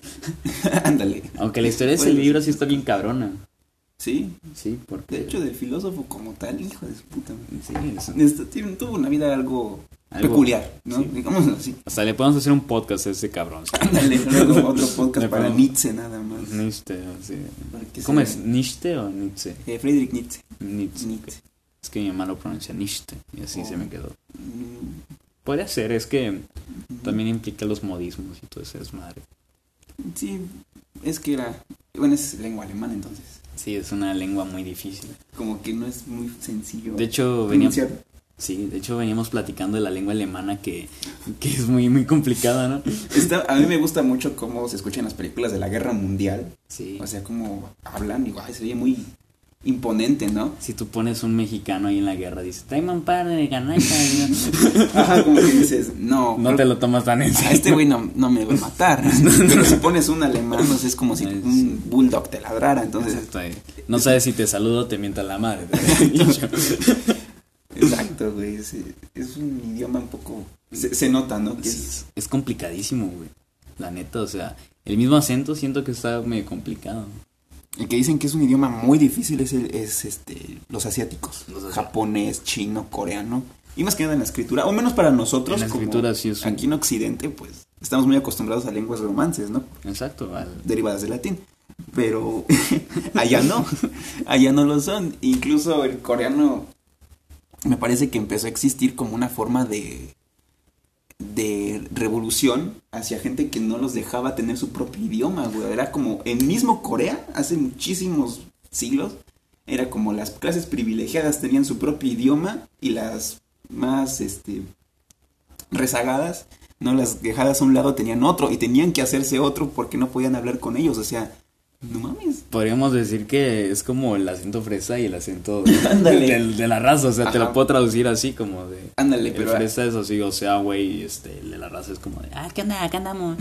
Ándale. Aunque la historia de ese Puedes. libro sí está bien cabrona. Sí, Sí, de porque. hecho, del filósofo como tal, hijo de su puta. madre. sí, es- Este, tiene- tuvo una vida algo, Algo, peculiar, ¿no? sí. Digámoslo así. Hasta le podemos hacer un podcast a ese cabrón. ¿sí? Ándale, luego otro podcast Le para pongo- Nietzsche nada más. Nietzsche, sí. Para que ¿Cómo sea- es? ¿Nietzsche o Nietzsche? Eh, Friedrich Nietzsche. Nietzsche. Nietzsche. Es que mi mamá lo pronuncia Nietzsche y así se me quedó. Mm, Podría ser, es que también implica los modismos y todo eso es madre. mm, Sí, es que era... Bueno, es lengua alemana, entonces. Sí, es una lengua muy difícil. Como que no es muy sencillo. De hecho, venía, pronunciar. Sí, de hecho veníamos platicando de la lengua alemana que, que es muy, muy complicada, ¿no? Está- a mí me gusta mucho cómo se escuchan las películas de la guerra mundial. Sí. O sea, como hablan, digo, ay, se oye muy imponente, ¿no? Si tú pones un mexicano ahí en la guerra, dices, tráeme un par de ganancias", Ajá, como que dices, no, ¿no? no te lo tomas tan en a serio. este güey no, no me va a matar. Pero si pones un alemán, pues, es como si Sí. un bulldog te ladrara. Entonces, Exacto, eh. No sabes si te saludo o te mienta la madre. exacto, güey. Es, es un idioma un poco. Se, se nota, ¿no? Que Sí, es- es, es complicadísimo, güey. La neta, o sea, el mismo acento siento que está medio complicado. el que dicen que es un idioma muy difícil es, el- es este, los asiáticos: Los asiáticos. japonés, chino, coreano. Y más que nada en la escritura, o menos para nosotros. En la como escritura sí es un- Aquí en Occidente, pues estamos muy acostumbrados a lenguas romances, ¿no? Exacto, al- derivadas del latín. Pero allá no, allá no lo son. Incluso el coreano me parece que empezó a existir como una forma de, de revolución hacia gente que no los dejaba tener su propio idioma, güey. Era como en mismo Corea, hace muchísimos siglos, era como las clases privilegiadas tenían su propio idioma y las más este, rezagadas, no las dejadas a un lado tenían otro y tenían que hacerse otro porque no podían hablar con ellos, o sea, no mames. podríamos decir que es como el acento fresa y el acento Ándale. del- de, la raza, o sea, te lo Ajá. puedo traducir así como de... Ándale, El pero fresa es así, o sea, güey, este, el de la raza es como de, ah, ¿qué onda? Acá andamos.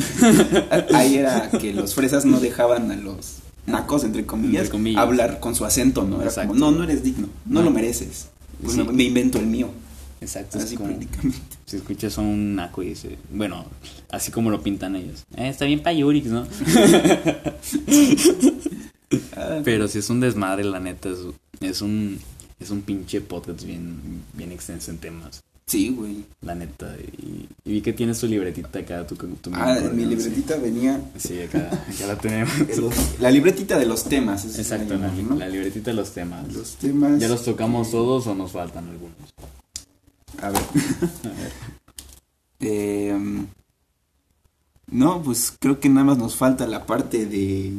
ahí era que los fresas no dejaban a los nacos, entre comillas, Entre comillas. hablar con su acento, ¿no? Era Exacto. como, no, no eres digno, no, lo mereces. Pues Sí. me, me invento el mío. Exacto, es Así como, prácticamente. si escuchas a un naco y dice, bueno, así como lo pintan ellos, "Eh, está bien pa' Yurix, ¿no? Ah, Pero si es un desmadre, la neta, es, es un es un pinche podcast bien, bien extenso en temas, Sí, güey. la neta. Y, y vi que tienes tu libretita acá, tu, tu Ah, mini mi acordeón, libretita venía. Sí, Sí, acá, acá la tenemos. los- la libretita de los temas. esa es la Exacto, la, llaman, ¿no? la libretita de los temas. Los temas. ¿Ya los tocamos todos o nos faltan algunos? A ver. Em, no, pues creo que nada más nos falta la parte de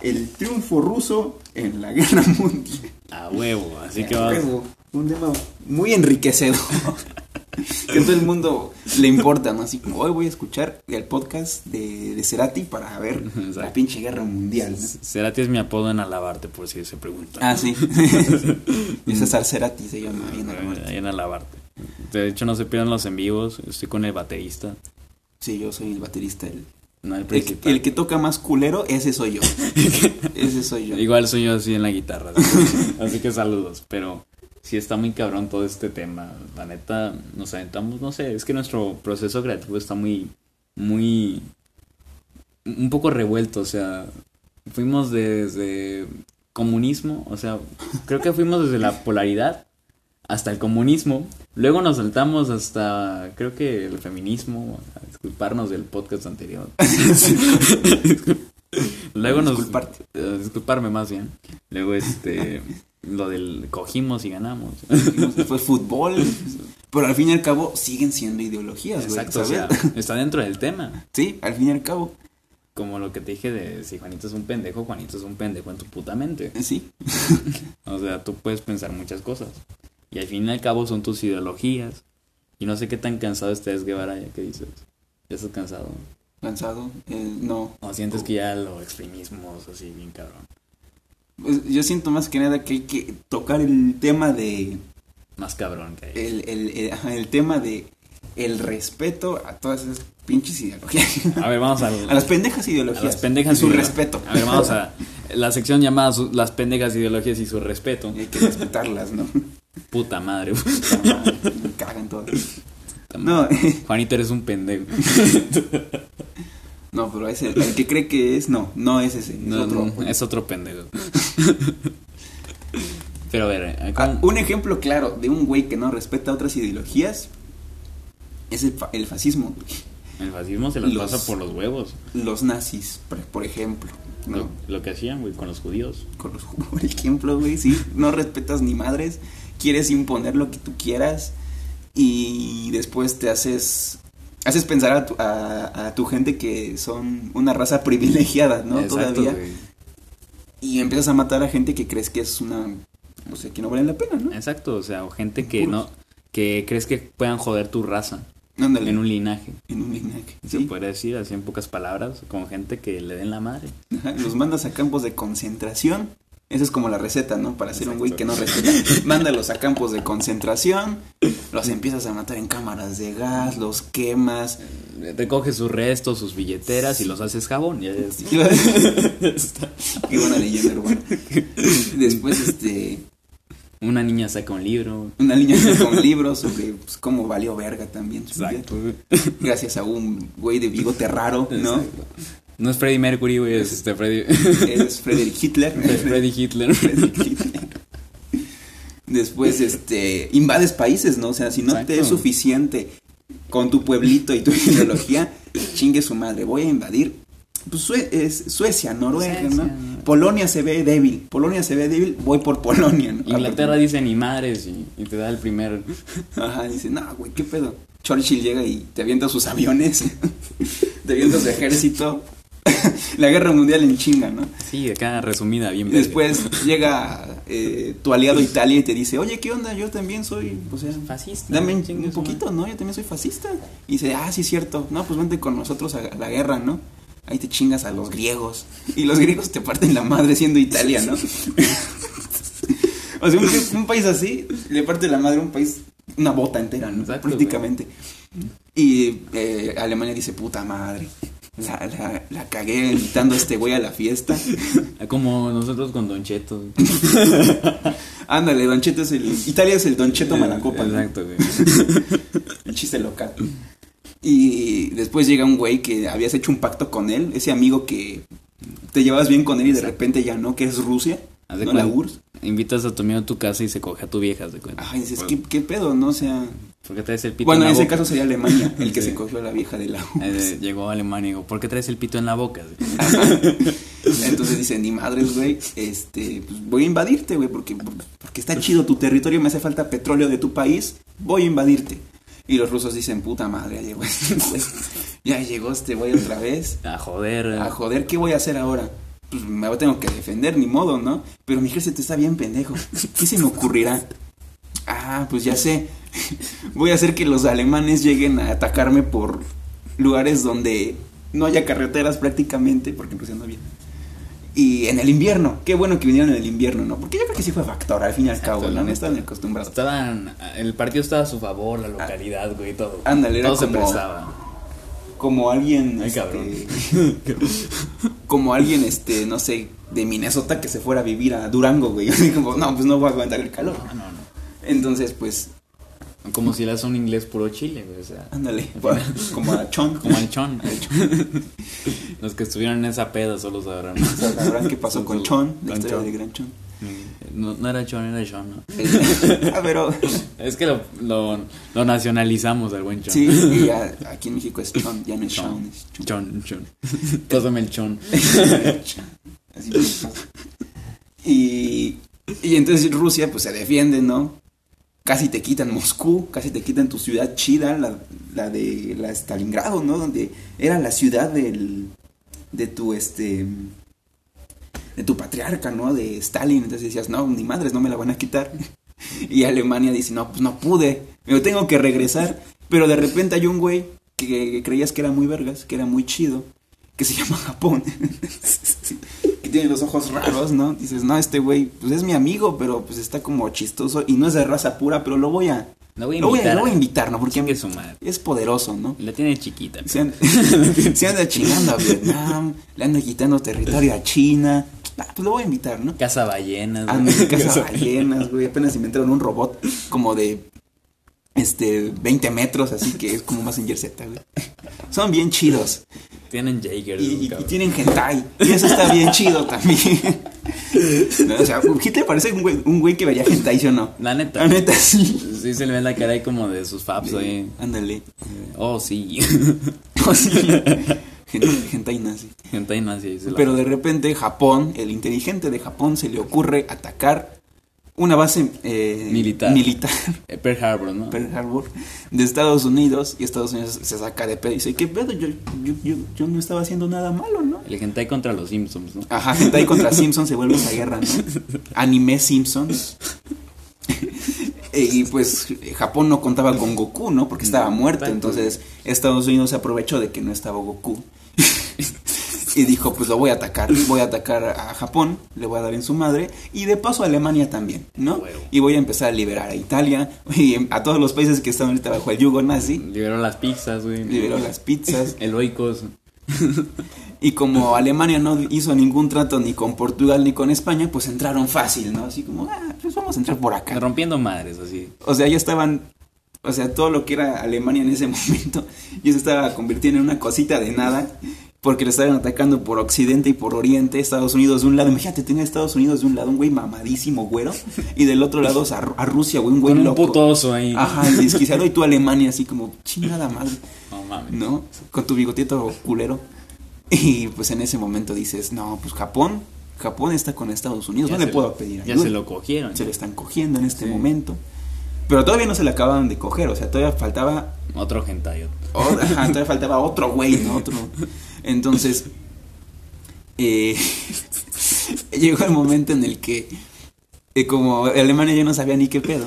el triunfo ruso en la guerra mundial. A huevo, así que A vas. huevo, Un tema muy enriquecedor. que a todo el mundo le importa, ¿no? Así como hoy voy a escuchar el podcast de, de Cerati para ver la Exacto. pinche guerra mundial. ¿no? Cerati es mi apodo en Alabarte, por si se preguntan. Ah, sí. César Cerati se llama bien Eh, Ahí en Alabarte. De hecho, no se pierdan los en vivos. Estoy con el baterista. Sí, yo soy el baterista, el No, el El que, principal. el que toca más culero, ese soy yo. ese soy yo. Igual soy yo así en la guitarra. así, así que saludos. Pero sí está muy cabrón todo este tema. La neta, nos aventamos, no sé, es que nuestro proceso creativo está muy, muy, un poco revuelto. O sea, fuimos desde comunismo, o sea, creo que fuimos desde la polaridad hasta el comunismo. Luego nos saltamos hasta, creo que el feminismo, a disculparnos del podcast anterior. Luego nos... Disculparte. eh, disculparme más bien. Luego este... lo del cogimos y ganamos. Fue fútbol. Pero al fin y al cabo siguen siendo ideologías, güey. Exacto, o ¿sabes? sea, está dentro del tema. Sí, al fin y al cabo. Como lo que te dije de si Juanito es un pendejo, Juanito es un pendejo en tu puta mente. eh, Sí. O sea, tú puedes pensar muchas cosas. Y al fin y al cabo son tus ideologías. Y no sé qué tan cansado estés, Guevara, ya que dices. ¿Ya estás cansado? Lanzado. eh, no. ¿O sientes que ya lo exprimimos así bien cabrón? Pues, yo siento más que nada que hay que tocar el tema de. Más cabrón que ahí. El, el, el- ajá, el tema de. El respeto a todas esas pinches ideologías. A ver, vamos a... A las pendejas a ideologías. las pendejas Su ideolo- respeto. A ver, vamos a... La sección llamada su- Las pendejas ideologías y su respeto. Hay que respetarlas, ¿no? Puta madre. Me cagan todas. No, Juanito, eres un pendejo. No, pero ese, el que cree que es, no, no es ese, es No, otro. no, es otro pendejo. Pero a ver, eh, ¿cómo- Ah, un ejemplo claro de un güey que no respeta otras ideologías es el, fa- el fascismo, el fascismo se las los- pasa por los huevos. los nazis, por, por ejemplo, ¿no? Lo, lo que hacían, güey, con los judíos. Con los- por ejemplo, güey, sí, no respetas ni madres, quieres imponer lo que tú quieras y después te haces... Haces pensar a tu, a- a tu gente que son una raza privilegiada, ¿no? Todavía. güey. Y empiezas a matar a gente que crees que es una... O sea, que no vale la pena, ¿no? Exacto, o sea, o gente que Puros. no que crees que puedan joder tu raza Ándale. en un linaje. En un linaje. Se Sí. puede decir así en pocas palabras, como gente que le den la madre. Ajá, Los mandas a campos de concentración. Esa es como la receta, ¿no? Para ser un güey que no Exacto. respeta. Mándalos a campos de concentración. Los empiezas a matar en cámaras de gas, los quemas. Te coges sus restos, sus billeteras y los haces jabón. ya es- Qué buena leyenda urbana. Después, este. Una niña saca un libro. Una niña con libros sobre pues, cómo valió verga también. su vida. güey. Gracias a un güey de bigote raro, ¿no? Exacto. No es Freddie Mercury, güey, es este Freddie, Es Frederick Hitler. Freddie Hitler. Después, este, invades países, ¿no? O sea, si no te es Exacto. suficiente con tu pueblito y tu ideología, chingue su madre, voy a invadir. pues, Sue- es Suecia, Noruega, Suecia, ¿no? Noruega. Polonia se ve débil, Polonia se ve débil, voy por Polonia, ¿no? Inglaterra dice... dice ni madres y, y te da el primer. Ajá, dice, no, güey, ¿qué pedo? Churchill llega y te avienta sus aviones, te avienta su ejército, la guerra mundial en chinga, ¿no? Sí, acá resumida, bien. Y breve. Después llega eh, tu aliado Italia y te dice, oye, ¿qué onda? Yo también soy, o sea, Fascista, Dame un, chingue un su madre. poquito, ¿no? Yo también soy fascista. Y dice, ah, sí, cierto. No, pues vente con nosotros a la guerra, ¿no? Ahí te chingas a los griegos. Y los griegos te parten la madre siendo Italia, ¿no? o sea, un, un país así le parte la madre a un país, una bota entera, ¿no? Exacto, Prácticamente. Y eh, Alemania dice, puta madre. La, la, la cagué invitando a este güey a la fiesta. Como nosotros con Don Cheto. güey. Ándale, Don Cheto es el. Italia es el Don Cheto Malacopa. ¿no? Exacto, güey. El chiste local. Y después llega un güey que habías hecho un pacto con él, ese amigo que te llevabas bien con él y de repente ya no, que es Rusia, Haz de no la cuenta. URSS. Invitas a tu amigo a tu casa y se coge a tu vieja, haz de cuenta. Ay, dices, Bueno, ¿qué, qué pedo, no? O sea, ¿Por qué traes el pito bueno, en la ese boca? caso sería Alemania el que Sí. se cogió a la vieja de la URSS. Eh, llegó a Alemania y digo, ¿por qué traes el pito en la boca? Entonces dicen, ni madres, güey, este, pues voy a invadirte, güey, porque, porque está chido tu territorio, me hace falta petróleo de tu país, voy a invadirte. Y los rusos dicen, puta madre, ya llegó este güey, ya llegó este güey otra vez, A joder. eh. a joder, ¿qué voy a hacer ahora? Pues me tengo que defender, ni modo, ¿no? Pero mi ejército está bien pendejo, ¿qué se me ocurrirá? Ah, pues ya sé, voy a hacer que los alemanes lleguen a atacarme por lugares donde no haya carreteras prácticamente, porque en Rusia no había. Y en el invierno, qué bueno que vinieron en el invierno, ¿no? Porque yo creo que sí fue factor, al fin y al Exacto, cabo, la ¿no? No neta. estaban acostumbrados. Estaban, el partido estaba a su favor, la localidad, güey, todo. Ah. ándale, era todo se como- prestaba. Como alguien. Ay, este, cabrón. como alguien, este, no sé, de Minnesota que se fuera a vivir a Durango, güey. Así como, no, pues no voy a aguantar el calor. No, no, no. Entonces, pues, Como si le haces un inglés puro chile, güey, o sea. ándale, como a Chon. Como al chon. Los que estuvieron en esa peda solo sabrán. O sea, sabrán qué pasó con Chon, la Con historia Chon. del gran Chon. No, no era chon, era chon, ¿no? Ah, pero Es que lo, lo, lo nacionalizamos al buen chon. sí, y ya, aquí en México es Chon, ya no es Chon, Chon. es Chon. Chon, chon. Pásame el chon. Así me pasa. y, y entonces Rusia pues se defiende, ¿no? Casi te quitan Moscú, casi te quitan tu ciudad chida, la, la de la Stalingrado, ¿no? Donde era la ciudad del, de tu este de tu patriarca, ¿no? De Stalin. Entonces decías, no, ni madres, no me la van a quitar. Y Alemania dice, no, pues no pude, me tengo que regresar. Pero de repente hay un güey que, que creías que era muy vergas, que era muy chido, que se llama Japón, que tiene los ojos raros, ¿no? Dices, no, este güey, pues es mi amigo, pero pues está como chistoso y no es de raza pura, pero lo voy a... Lo voy a Lo voy a, invitar. lo voy a invitar, ¿no? Porque Chingue su madre. es poderoso, ¿no? La tiene chiquita. Se anda, se anda chingando a Vietnam, le anda quitando territorio a China. Ah, pues lo voy a invitar, ¿no? Casa ballenas. A güey. mi Ah, casa ballenas, güey. Apenas inventaron un robot como de este 20 metros, así que es como más Z, güey. Son bien chidos. Tienen Jaeger. Y, y- y cabrón. tienen hentai. Y eso está bien chido también. No, o sea, Hitler parece un güey, un güey que vería hentai, ¿sí o no? La neta. La neta, sí. Sí se le ve la cara ahí como de sus faps ahí. Ándale. Oh, sí. Hentai hentai nazi. Gente ahí nazi, ahí se la- Pero de repente Japón, el inteligente de Japón, se le ocurre atacar una base eh, Militar. militar, Eh, Pearl Harbor, ¿no? Pearl Harbor, de Estados Unidos y Estados Unidos se saca de pedo y dice, ¿qué pedo? Yo, yo, yo, yo no estaba haciendo nada malo, ¿no? El hentai contra los Simpsons, ¿no? Ajá, Hentai contra Simpson se vuelve una guerra, ¿no? Anime Simpsons. y pues Japón no contaba con Goku, ¿no? Porque estaba muerto. exacto. Entonces Estados Unidos se aprovechó de que no estaba Goku. y dijo, pues lo voy a atacar. Voy a atacar a Japón, le voy a dar en su madre. Y de paso a Alemania también, ¿no? Huevo. Y voy a empezar a liberar a Italia y a todos los países que estaban ahorita bajo el yugo nazi. Liberó las pizzas, güey. Liberó las pizzas. El Oikos. Y como Alemania no hizo ningún trato ni con Portugal ni con España, pues entraron fácil, ¿no? Así como, ah, pues vamos a entrar por acá. Rompiendo madres, así. O sea, ya estaban, o sea, todo lo que era Alemania en ese momento, ya se estaba convirtiendo en una cosita de nada, porque lo estaban atacando por Occidente y por Oriente, Estados Unidos de un lado, imagínate, tenía Estados Unidos de un lado un güey mamadísimo, güero, y del otro lado a, Ru- a Rusia, güey, un güey Con un loco. Ah. putoso ahí. Ajá, y desquiciado, y tú Alemania así como, chingada madre. No mames. ¿no? Con tu bigotito culero. Y pues en ese momento dices, no, pues Japón, Japón está con Estados Unidos, Ya no le se puedo lo- pedir Ya ayuda. se lo cogieron. Se le ya. están cogiendo en este Sí. momento. Pero todavía no se le acababan de coger, o sea, todavía faltaba, Otro hentai. o- ajá, todavía faltaba otro güey, ¿no? Otro. Entonces, eh, llegó el momento en el que, eh, como Alemania ya no sabía ni qué pedo,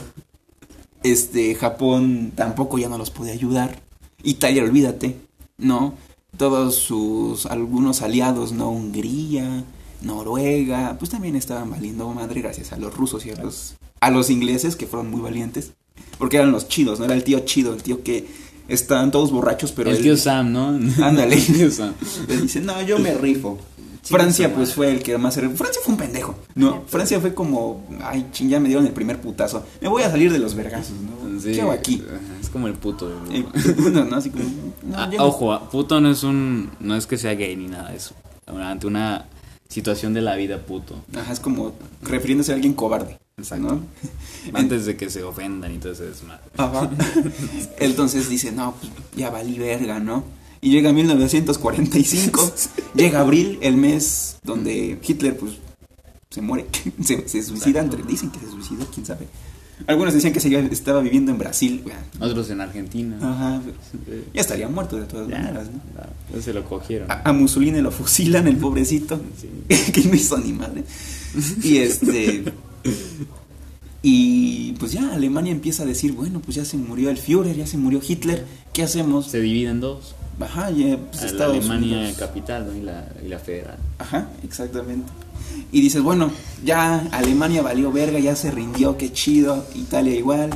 este, Japón tampoco ya no los podía ayudar. Italia, olvídate, ¿no? Todos sus, algunos aliados, ¿no? Hungría, Noruega, pues también estaban valiendo madre gracias a los rusos y a los, a los ingleses que fueron muy valientes. Porque eran los chidos, ¿no? Era el tío chido, el tío que estaban todos borrachos, pero el él- tío Sam, ¿no? Ándale. El tío Sam. le dice, no, yo me rifo. Francia, su pues madre. fue el que más se rifó. Francia fue un pendejo. No, Francia fue como, ay, ching, ya me dieron el primer putazo. Me voy a salir de los vergazos, ¿no? Sí. ¿Qué hago aquí? Ajá, Es como el puto. güey. Eh, uno, ¿no? Así como, no, Ah, yo no- ojo, ah, puto no es un. No es que sea gay ni nada de eso. Ante una situación de la vida, puto. Ajá, es como refiriéndose a alguien cobarde. Exacto. ¿no? Antes de que se ofendan y todo ese desmadre. Ajá. Entonces dice, no, pues, ya valí verga, ¿no? Y llega 1945, llega abril, el mes donde Hitler, pues, se muere, se, se suicida, entre- dicen que se suicida, quién sabe. Algunos decían que se iba- estaba viviendo en Brasil, güey. Otros en Argentina. Ajá, Eh, ya estaría muerto de todas ya, maneras, ¿no? ya se lo cogieron. A, a Mussolini lo fusilan, el pobrecito, que no hizo ni madre. Y este... Y pues ya Alemania empieza a decir, bueno, pues ya se murió el Führer, ya se murió Hitler, ¿qué hacemos? Se divide en dos. Ajá, ya, pues, la Estados Alemania Unidos. capital ¿no? y, la, y la federal. Ajá, exactamente. Y dices, bueno, ya Alemania valió verga, ya se rindió, qué chido, Italia igual,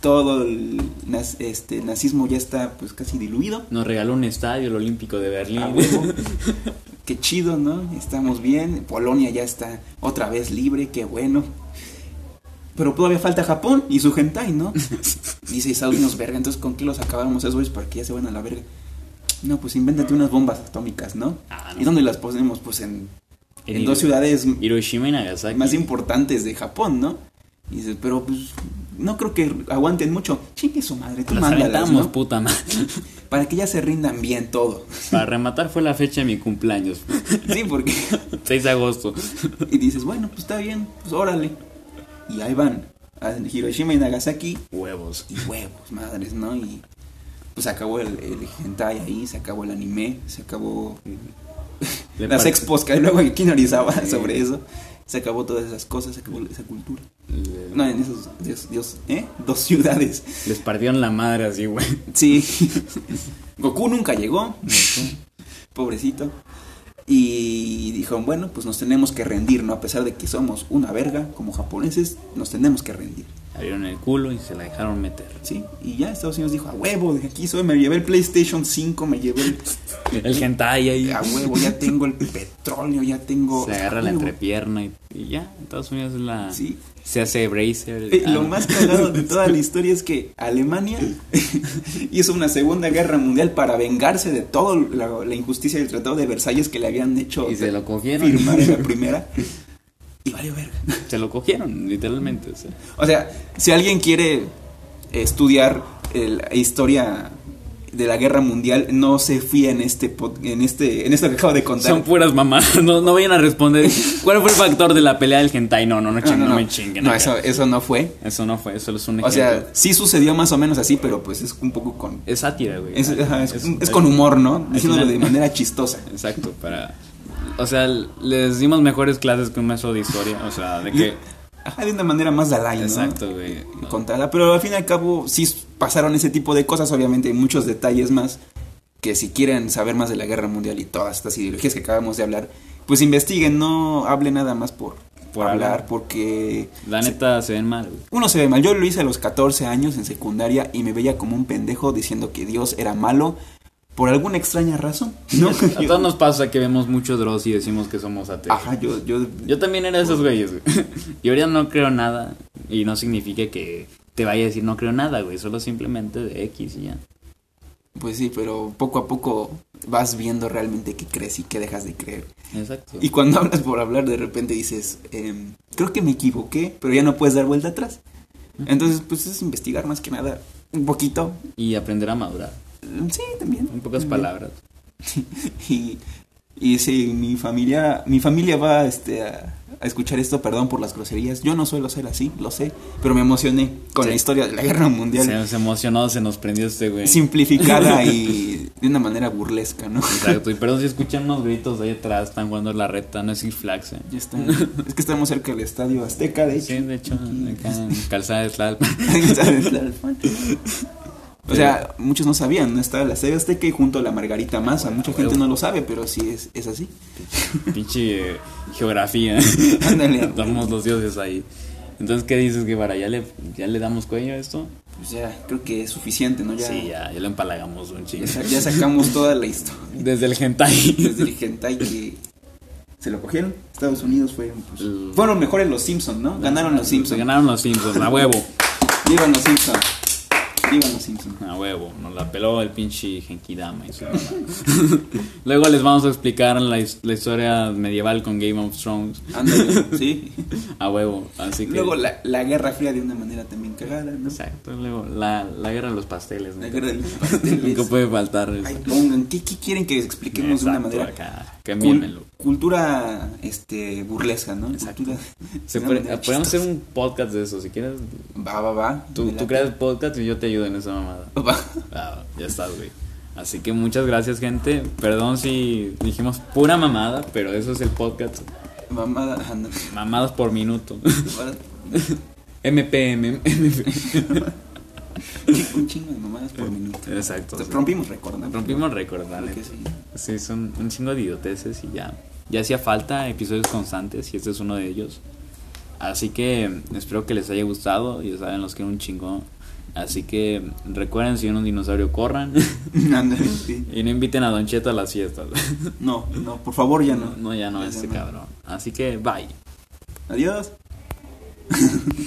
todo el naz- este, nazismo ya está pues casi diluido, Nos regaló un estadio, el Olímpico de Berlín. A Ah, huevo. qué chido, ¿no? Estamos bien, Polonia ya está otra vez libre, qué bueno. Pero todavía falta Japón y su hentai, ¿no? Dice Estados Unidos, verga, entonces ¿con qué los acabamos esos güeyes para que ya se van a la verga? No, pues invéntate unas bombas atómicas, ¿no? Ah, no. ¿Y dónde las ponemos? Pues en, En en, Hiro- dos ciudades Hiroshima y Nagasaki. más importantes de Japón, ¿no? Y dices, pero pues no creo que aguanten mucho. Chingue su madre, tú Las mándalas, aventamos, ¿no? puta madre. Para que ya se rindan bien todo. Para rematar fue la fecha de mi cumpleaños. Sí, porque... 6 de agosto. Y dices, bueno, pues está bien, pues órale. Y ahí van, a Hiroshima y Nagasaki, Huevos. y huevos, madres, ¿no? Y pues se acabó el, el hentai ahí, se acabó el anime, se acabó Le las par- expos que hay luego aquí en Orizaba Sí. sobre eso. Se acabó todas esas cosas, se acabó esa cultura. le- No, en esos, Dios, Dios, ¿eh? Dos ciudades. Les partieron la madre así, güey. Sí. Goku nunca llegó. Pobrecito. Y dijeron, bueno, pues nos tenemos que rendir, ¿no? A pesar de que somos una verga como japoneses, nos tenemos que rendir, Abrieron el culo y se la dejaron meter. ¿sí? Y ya Estados Unidos dijo, a huevo, de aquí soy, me llevé el PlayStation 5, me llevé el... El hentai ahí. A huevo, ya tengo el petróleo, ya tengo... Se agarra a la huevo". entrepierna y, y ya. Estados Unidos es la. Sí. Se hace bracer. Eh, Ah, lo no. más cagado de toda la historia es que Alemania hizo una segunda guerra mundial para vengarse de toda la, la injusticia del Tratado de Versalles que le habían hecho Y se lo cogieron. firmar en la primera. Y valió verga. Se lo cogieron, literalmente. o sea. O sea, si alguien quiere estudiar eh, la historia de la guerra mundial, no se fía en este pod- en este en esto que acabo de contar. Son puras mamadas. No, no vayan a responder. ¿Cuál fue el factor de la pelea del hentai? No, no, no, chinguen, no, me chinguen. No, acá. eso, eso no fue. Eso no fue, eso es un ejemplo. O sea, sí sucedió más o menos así, pero pues es un poco con es sátira, güey. Es, ajá, es- Es- es con humor, ¿no? al Diciéndolo final- de manera chistosa. Exacto, para. O sea, les dimos mejores clases que un maestro de historia. O sea, de que. Ajá, de una manera más dalai, ¿no? Exacto, güey. Contada. Pero al fin y al cabo, sí pasaron ese tipo de cosas. Obviamente, hay muchos detalles más. Que si quieren saber más de la guerra mundial y todas estas ideologías que acabamos de hablar, pues investiguen, no hable nada más por, Por hablar, hablar. porque La neta se ven mal, güey. uno se ve mal. Yo lo hice a los 14 años en secundaria y me veía como un pendejo diciendo que Dios era malo por alguna extraña razón. ¿no? A todos nos pasa que vemos mucho Dross y decimos que somos ateos. Ajá, yo, yo, Yo también era de esos güeyes, güey. Y ahorita no creo nada. Y no significa que te vaya a decir no creo nada, güey. Solo simplemente de X y ya. Pues sí, pero poco a poco vas viendo realmente qué crees y qué dejas de creer. Exacto. Y cuando hablas por hablar, de repente dices, em, creo que me equivoqué, pero ya no puedes dar vuelta atrás. Entonces, pues es investigar más que nada, un poquito. Y aprender a madurar. Mm, Sí, también. En pocas También. palabras. Y, y sí, mi familia, mi familia va este, a, a escuchar esto, perdón por las groserías. Yo no suelo ser así, lo sé, pero me emocioné con Sí. la historia de la guerra mundial. Se, se emocionó, se nos prendió este güey. Simplificada y de una manera burlesca, ¿no? Exacto. Y perdón si escuchan unos gritos de ahí atrás. Están jugando la reta. No es Six Flags, eh. Ya está. es que estamos cerca del estadio Azteca, de hecho. Sí, de hecho, acá en Calzada de Tlalpan. Está en Tlalpan. o sea, muchos no sabían, ¿no? Estaba el estadio Azteca y junto a la Margarita Maza. Mucha gente no lo sabe, pero sí es, es así. Pinche eh, geografía. Ándale. Estamos los dioses ahí. Entonces, ¿qué dices, Guevara? ¿Ya le, ya le damos cuello a esto? Pues ya, creo que es suficiente, ¿no? Ya, Sí, ya, ya lo empalagamos un ya chingo. sa- ya sacamos toda la historia. Desde el hentai. Desde el hentai que se lo cogieron. Estados Unidos fue. pues, El- fueron mejores los Simpsons, ¿no? Ganaron los Se Simpsons. ganaron los Simpsons, a huevo. Llevan los Simpsons. escriban los Simpsons. A huevo, nos la peló el pinche Genkidama y su mamá. Luego les vamos a explicar la, his- la historia medieval con Game of Thrones. Ándale, sí. A huevo, así que. Luego la, la Guerra Fría de una manera también cagada, ¿no? Exacto, luego la, la guerra de los pasteles. La nunca- guerra de los pasteles. Nunca puede faltar. eso. Ay, pongan, ¿qué, qué quieren que expliquemos de una Exacto, manera? acá, Cul- cámbienmelo. cultura este burlesca, ¿no? Exacto. Cultura- Se de una puede- ah, manera podemos hacer chistosa. un podcast de eso, si quieres. Va, va, va. Tú, Me tú late. creas podcast y yo te ayudo en esa mamada. Va. Ah, ya estás, güey. Así que muchas gracias, gente. Perdón si dijimos pura mamada, pero eso es el podcast. Mamada, ándale. Mamadas por minuto. Ahora, MPM. Un chingo de mamadas por minuto. Exacto. sí. Rompimos récord, ¿no? Eh, Rompimos récord, dale. Creo que sí. Sí, son un chingo de idioteces y ya. Ya hacía falta episodios constantes y este es uno de ellos. Así que mm, espero que les haya gustado. Ya saben, los quiero un chingo. Así que mm, recuerden, si un dinosaurio, corran. Ándale, sí. y no inviten a Don Cheto a las fiestas. No, no, por favor, ya no. No, ya no, este cabrón. Así que bye. Adiós.